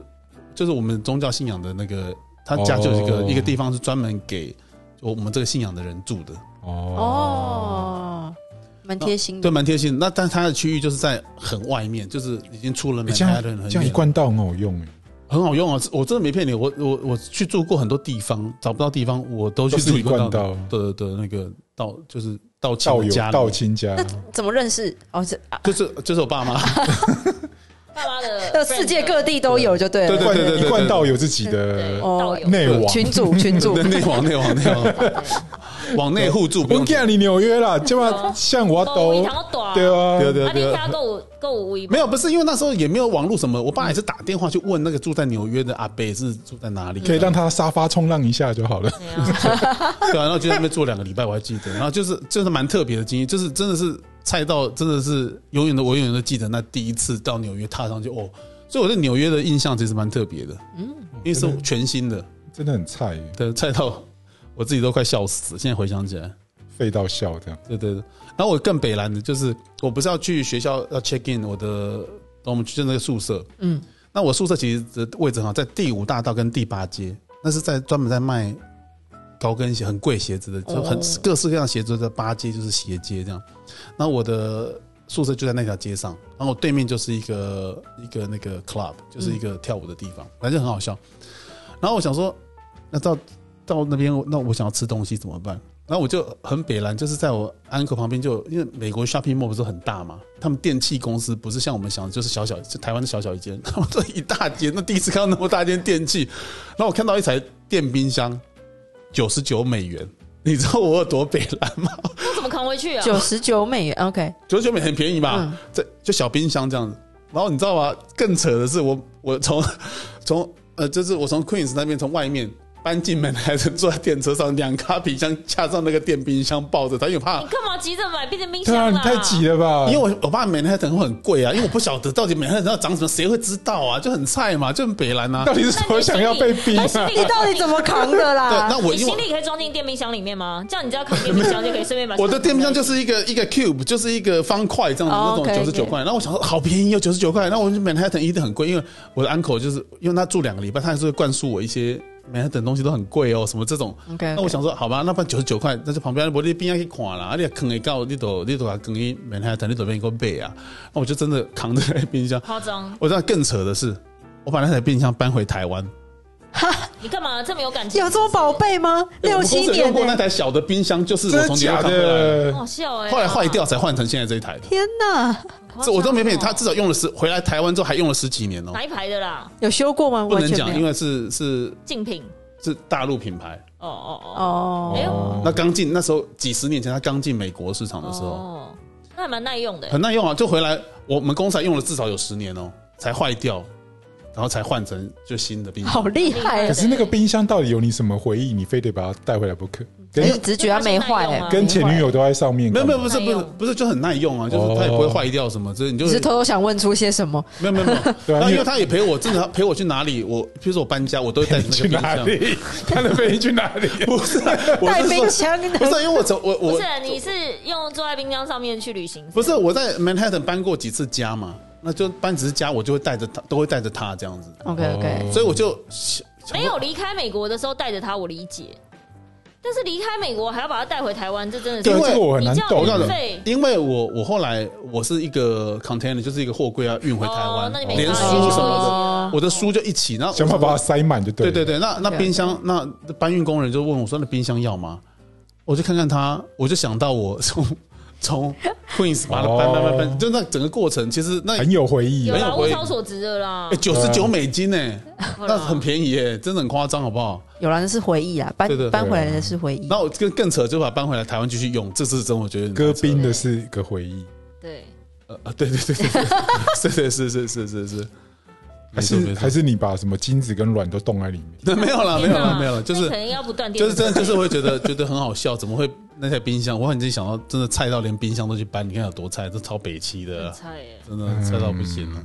就是我们宗教信仰的那个，他家就有一个、
哦
一个地方是专门给我我们这个信仰的人住的。
哦，
哦，蛮贴心
对，
的。
蛮贴心的。那但是它的区域就是在很外面，就是已经出了
哎这样
Manhattan 很
这样一
远，
罐到很好用哎，
很好用啊！我真的没骗你，我我我去住过很多地方，找不到地方我都去
都是
住
一
罐
罐
道
道
的的那个道，就是道亲
道
的家
友
里
道亲家，
怎么认识？哦，这啊
就是就是我爸妈，
爸妈的
呃，世界各地都有就对了。
对对对对对
一罐道有自己
friend 的
的
哦
道友，
内网。
群主群 主，
内网内网内网， 往内互助不
我
用钱。
跟你纽约啦，这么像我
都一
都
堂短，
对啊，
对对
啊，你家够够无语
没有，不是因为那时候也没有网络什么，我爸也是打电话去问那个住在纽约的阿伯是住在哪里，
可以让他沙发冲浪一下就好了。
没有啊？
对啊，然后就在那边住两个礼拜，我还记得。然后就是就是蛮特别的经验，就是真的是菜到真的是永远的，我永远都记得那第一次到纽约踏上去哦。所以我对纽约的印象其实蛮特别的，因为是全新的，
真的很菜耶，
对，菜到我自己都快笑死。现在回想起来，
废到笑这样。
对对对。然后我更北蓝的就是，我不是要去学校要 check in 我的，我们去那个宿舍，
嗯，
那我宿舍其实的位置哈，在第五大道跟第八街，那是在专门在卖高跟鞋，很贵鞋子的，就很
哦
各式各样的鞋子在八街就是鞋街这样。那我的宿舍就在那条街上，然后我对面就是一个一个那个 club，就是一个跳舞的地
嗯
方，反正很好笑。然后我想说，那到到那边，那我想要吃东西怎么办？然后我就很北蓝，就是在我 uncle 旁边就，因为美国 shopping mall 不是很大嘛，他们电器公司不是像我们想的，就是小小，就台湾的小小一间， 他们都一大间。那第一次看到那么大间电器，然后我看到一台电冰箱，九十九美元，你知道我有多北蓝吗？
那怎么扛回去啊？
九十九美元，OK，
九十九美很便宜吧
嗯？
这、就小冰箱这样子。然后你知道吗？更扯的是我，我从从呃，就是我从 Queens 那边从外面搬进门来，是坐在电车上，两卡皮箱架上那个电冰箱，抱着它，因为我怕
你，干嘛急着买变成冰箱
对啊，你太急了吧？
因为我我怕美奈等会很贵啊，因为我不晓得到底美奈等要涨什么，谁会知道啊？就很菜嘛，就很北蓝啊
到。底是什么想要被逼啊？
你到底怎么扛的
对，
啦？
那我
你
因为
行李可以装进电冰箱里面吗？这样你只要扛电冰箱就可以顺便把
我的电冰箱就是一个一个 cube，就是一个方块这样
哦
子，那种九
OK，OK
十九块。然后我想说好便宜哦，九十九块。那我就 Manhattan 一定很贵，因为我的 uncle 就是因为他住两个礼拜，他还是会灌输我一些 Manhattan 东西都很贵哦，什么这种。
OK，
那我想说，好吧，那不然九十九块，那就旁边我你边上去看啦，啊，你坑一到，你都你都啊坑一 Manhattan，你都变个背啊。那我就真的扛着那冰箱，
夸张，
我知道更扯的是，我把那台冰箱搬回台湾，
你干嘛这么有感情？
有这么宝贝吗？
哎我
六
们公
七
司有
年欸
用过
呢、
那台小的冰箱，就是我
真
从捷运
假
扛回来的，
的
好？笑哎！
后来坏掉才换成现在这一台的。
天哪，
好夸张哦，
这我都没骗你，他至少用了十，回来台湾之后还用了十几年哦。
哪一排的啦？
有修过吗？
不
完
能
全
讲，
没
因
有。
为是是
竞品
是大陆品牌。
哦哦
哦
哎呦
那刚进那时候几十年前，他刚进美国市场
哦
的时候，
哦，那还蛮耐用的欸。
很耐用啊，就回来我们公司还用了至少有十年哦，才坏掉，然后才换成就新的冰箱。
好厉害
可
啊！
是那个冰箱到底有你什么回忆？你非得把它带回来不可？
哎
跟
直觉它没坏、哎
跟前女友都在上面，
没有没有，
干
不
嘛
是不
耐
是
用
不是，就很耐用啊，就是它也不会坏掉什么，这你就
只是偷偷想问出些什么。
没有没有没 有。
对啊
那
你
因为他也陪我，真的陪我去哪里，我譬如说我搬家，我都会 带着
你
那个
去
冰
哪
箱。
里？他的飞机去哪里？
不 是啊，我
带
是
冰
说，
箱
不是啊因为我走我我
不是，你是用坐在冰箱上面去旅行？
不是，我在 Manhattan 搬过几次家嘛，那就搬几次家，我就会带着他，都会带着他这样子，
？OK OK，
哦
所以我就
没有离开美国的时候带着它，我理解。但是离开美国还要把它带回台湾，这真的
对，
是
因为
这个我很难懂
我告
你这样
诉
很
你
浪费，
因为我我后来我是一个 container，就是一个货柜啊，运回台
哦
湾
那你，没
连
办
书
法
什么
哦
的，我的书就一起，然后
想办法把它塞满就
对
了
对对，那那冰箱那搬运工人就问我说：“那冰箱要吗？”我就看看他，我就想到我从从 Queens 把它搬搬搬
哦
搬，就那整个过程，其实那
很有回忆啊
有。啊
没
啦，
有
物
回哎
超所值的啦。
九十九美金呢，
好啦
那很便宜耶，真的很夸张，好不好？
有啦，那是回忆啊，搬
对对对
搬回来的是回忆。
那我更更扯，就把它搬回来台湾继续用，这次真的我觉得很
戈
扯
宾的是一个回忆，
对，
呃呃，对对对对，对是是是是是是，
还
没错没
是
错
还是你把什么精子跟卵都冻在里面？
那没有了没有啊了没有了，就
可
是
能要不断电，
就是真的就是会觉得 觉得很好笑，怎么会那台冰箱？我很经想到，真的菜到连冰箱都去搬，你看有多菜，这超北七的
很，
啊
菜耶。
真
嗯
的菜到不行了，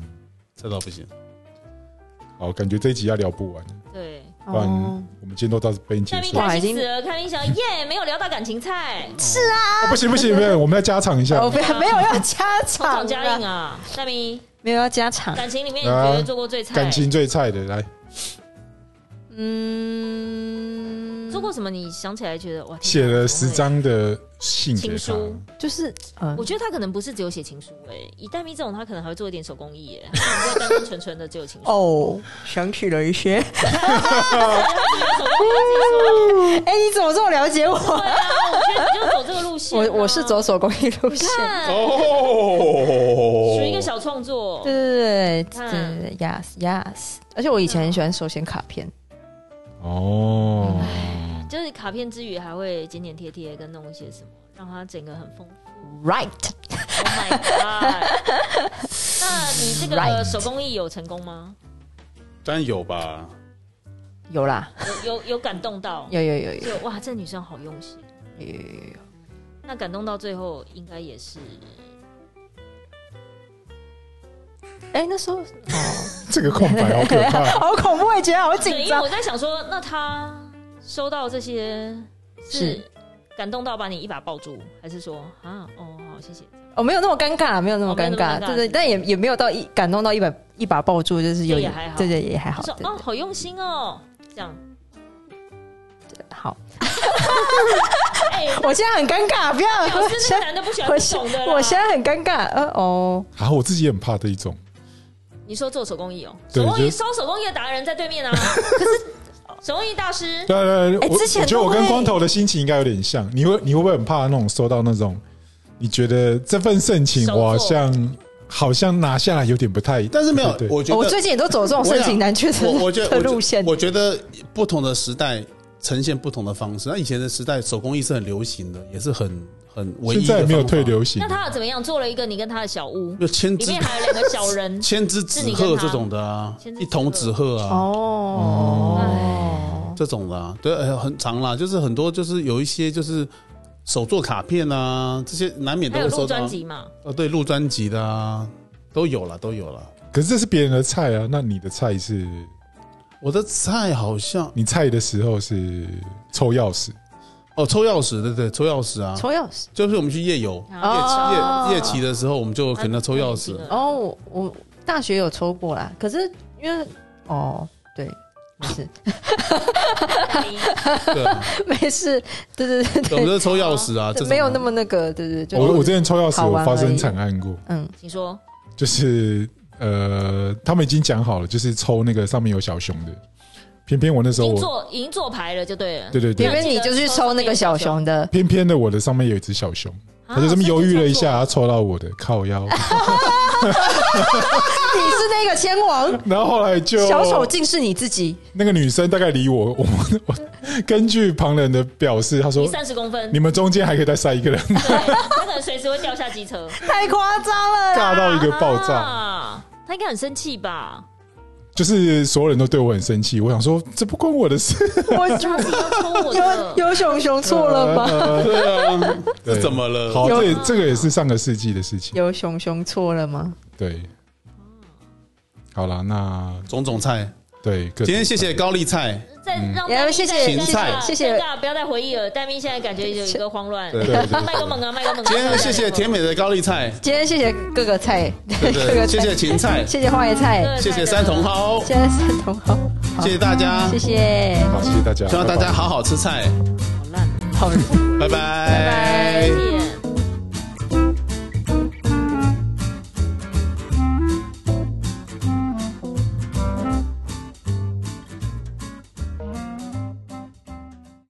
菜到不行。
好，哦感觉这一集要聊不完，
对，
不然
哦，
我们今天都到这边结
下面
束。
哇
开
已
心
经
死了，开心想耶，没有聊到感情菜，
啊不行不行不行，我们要加长一下
哦，。不要没有要加
从
场
场加印
啦，
啊，大明，
没有要加场。
感情里面你觉得做过最菜？
啊感情最菜的来，
嗯，
做过什么？你想起来觉得哇，天
写
哪
了十。
怎么
张的信给
情
他，
书
就是
会
呃
我，觉得他可能不是只有写情书哎、以戴咪这种，他可能还会做一点手工艺哎、他不会单单纯纯的只有情书。
哦，想起了一些。
手工艺自己说
哎，你怎么这么了解我？
对啊，我觉得你就走这个路线啊、
我我是走手工艺路线。哦
看
哦
属于一个小创作，
对对对对
看
对对，yes yes。而且我以前很喜欢手写卡片，
哦，
就是卡片之余还会剪剪贴贴，跟弄一些什么，让它整个很丰 富。
Right，
Oh my god！那你 这个手工艺有成功吗？
当然 有吧，
有啦，
有有有感动到？
有有有有
就哇，这女生好用心。
有有有有，
那感动到最后，应该也是
哎，那时候哦，
这个空白好可怕。
好恐怖，也觉得好紧
对，因为
张
我。在想说，那她收到这些是
是
感动到把你一把抱住，还是说啊哦好谢谢？
哦，没有那么尴尬，没有那么
哦没有
尴
那么尴
尬，
尬
对对，但也也没有到一感动到一把一把抱住，就是有
这也还好
对对也还
她
好，
说
对
哦好用心哦，这样。
对好。
哎，
我现在很尴尬，不要，
表
我
示那
现
个男的不喜
在
欢
我
不
现
懂的啦。
我现在很尴尬，呃哦，
啊，我自己也很怕这一 种，
你说做手工艺哦，
对
手工艺
就
烧手工艺的达人在对 面啊，可是手工艺大师
对对对，
哎
我
之前
我觉得我
都会
跟光头的心情应该有点像。你会你会不会很怕那种收到那种，你觉得这份盛情
手
我好
作
像好像拿下来有点不太，
但是没有
不太，对
我觉得
哦我最近也都走这种
我
盛
想
情难却的
我我觉得
的路线，
我觉得不同的时代呈现不同的方式。那以前的时代，手工艺是很流行的，也是很很唯一
现
的。
在也没有退，流行
那。他有怎么样做了一个你跟他的小屋，
就千
里
只，
面还有两个小人
千只
是
纸
你跟
鹤
他
这种的啊
千，只纸
一桶纸鹤啊，
哦，
这种的啊，对，呃很长啦，就是很多就是有一些就是手做卡片啊，这些难免都
还有
会
录
收
专
到。
辑嘛？
呃，对，录专辑的啊，都有了，都有了。
可是这是别人的菜啊，那你的菜是
我的菜好像
你菜的时候是抽钥匙，
哦，抽钥匙，对对，抽钥匙啊，
抽钥匙。
就是我们去夜游、
哦
夜骑夜夜骑的时候，我们就可能要抽钥匙。
哦，我我大学有抽过啦，可是因为哦，对，没事
对啊，
没事，对对对
对我们
对
就抽 钥匙啊，这种
没有那么那个，对对对，
我我
就
之前抽钥匙
好玩
有发
而
生
已
惨案过，
嗯，
请说，
就是呃，他们已经讲好了，就是抽那个上面有小熊的，偏偏我那时
已
候
经
我，
做已经做牌了就对了。
对对
偏
对，
偏你就去抽那个小熊的，
偏偏的我的上面有一只小熊，
啊
他就这么犹豫了一
所以
下，他抽到我的靠 腰，
你是那个签王，
然后后来
哎
就
小手竟是你自己，
那个女生大概离我， 我我根据旁人的表示，她
你
说
三十公分，
你们中间还可以再塞一 个人，
对，他可能随时会掉下机 车，
太夸张了啦。
尬到一个爆炸，
啊他应该很生气吧？
就是所有人都对我很生气。我想说，这不关我的事，
我
他自己要抽我
有
的，
有熊熊错了吗？
呃？
对啊，
对
这怎么了？
好，
有
这这个也是上个世纪的事情。
有熊熊错了吗？
对，好了，那
种种菜，
对，各
今天谢谢高丽菜，
再
嗯
让
然后哎谢谢
芹菜
谢谢
大家不要再回忆了。戴咪现在感觉有一个慌乱，
对对对
卖个猛啊，卖个猛啊！
今天谢谢甜美的高丽菜，
今天谢谢各个菜，
对 不
各
对？
个
谢
菜，
谢芹菜，
谢谢花椰菜，
谢谢三茼蒿，
谢谢三同好，
谢谢大家，
谢谢，
好，谢谢大家，
希望大
拜拜
家好好吃菜，
好烂，
好。
拜拜
谢谢。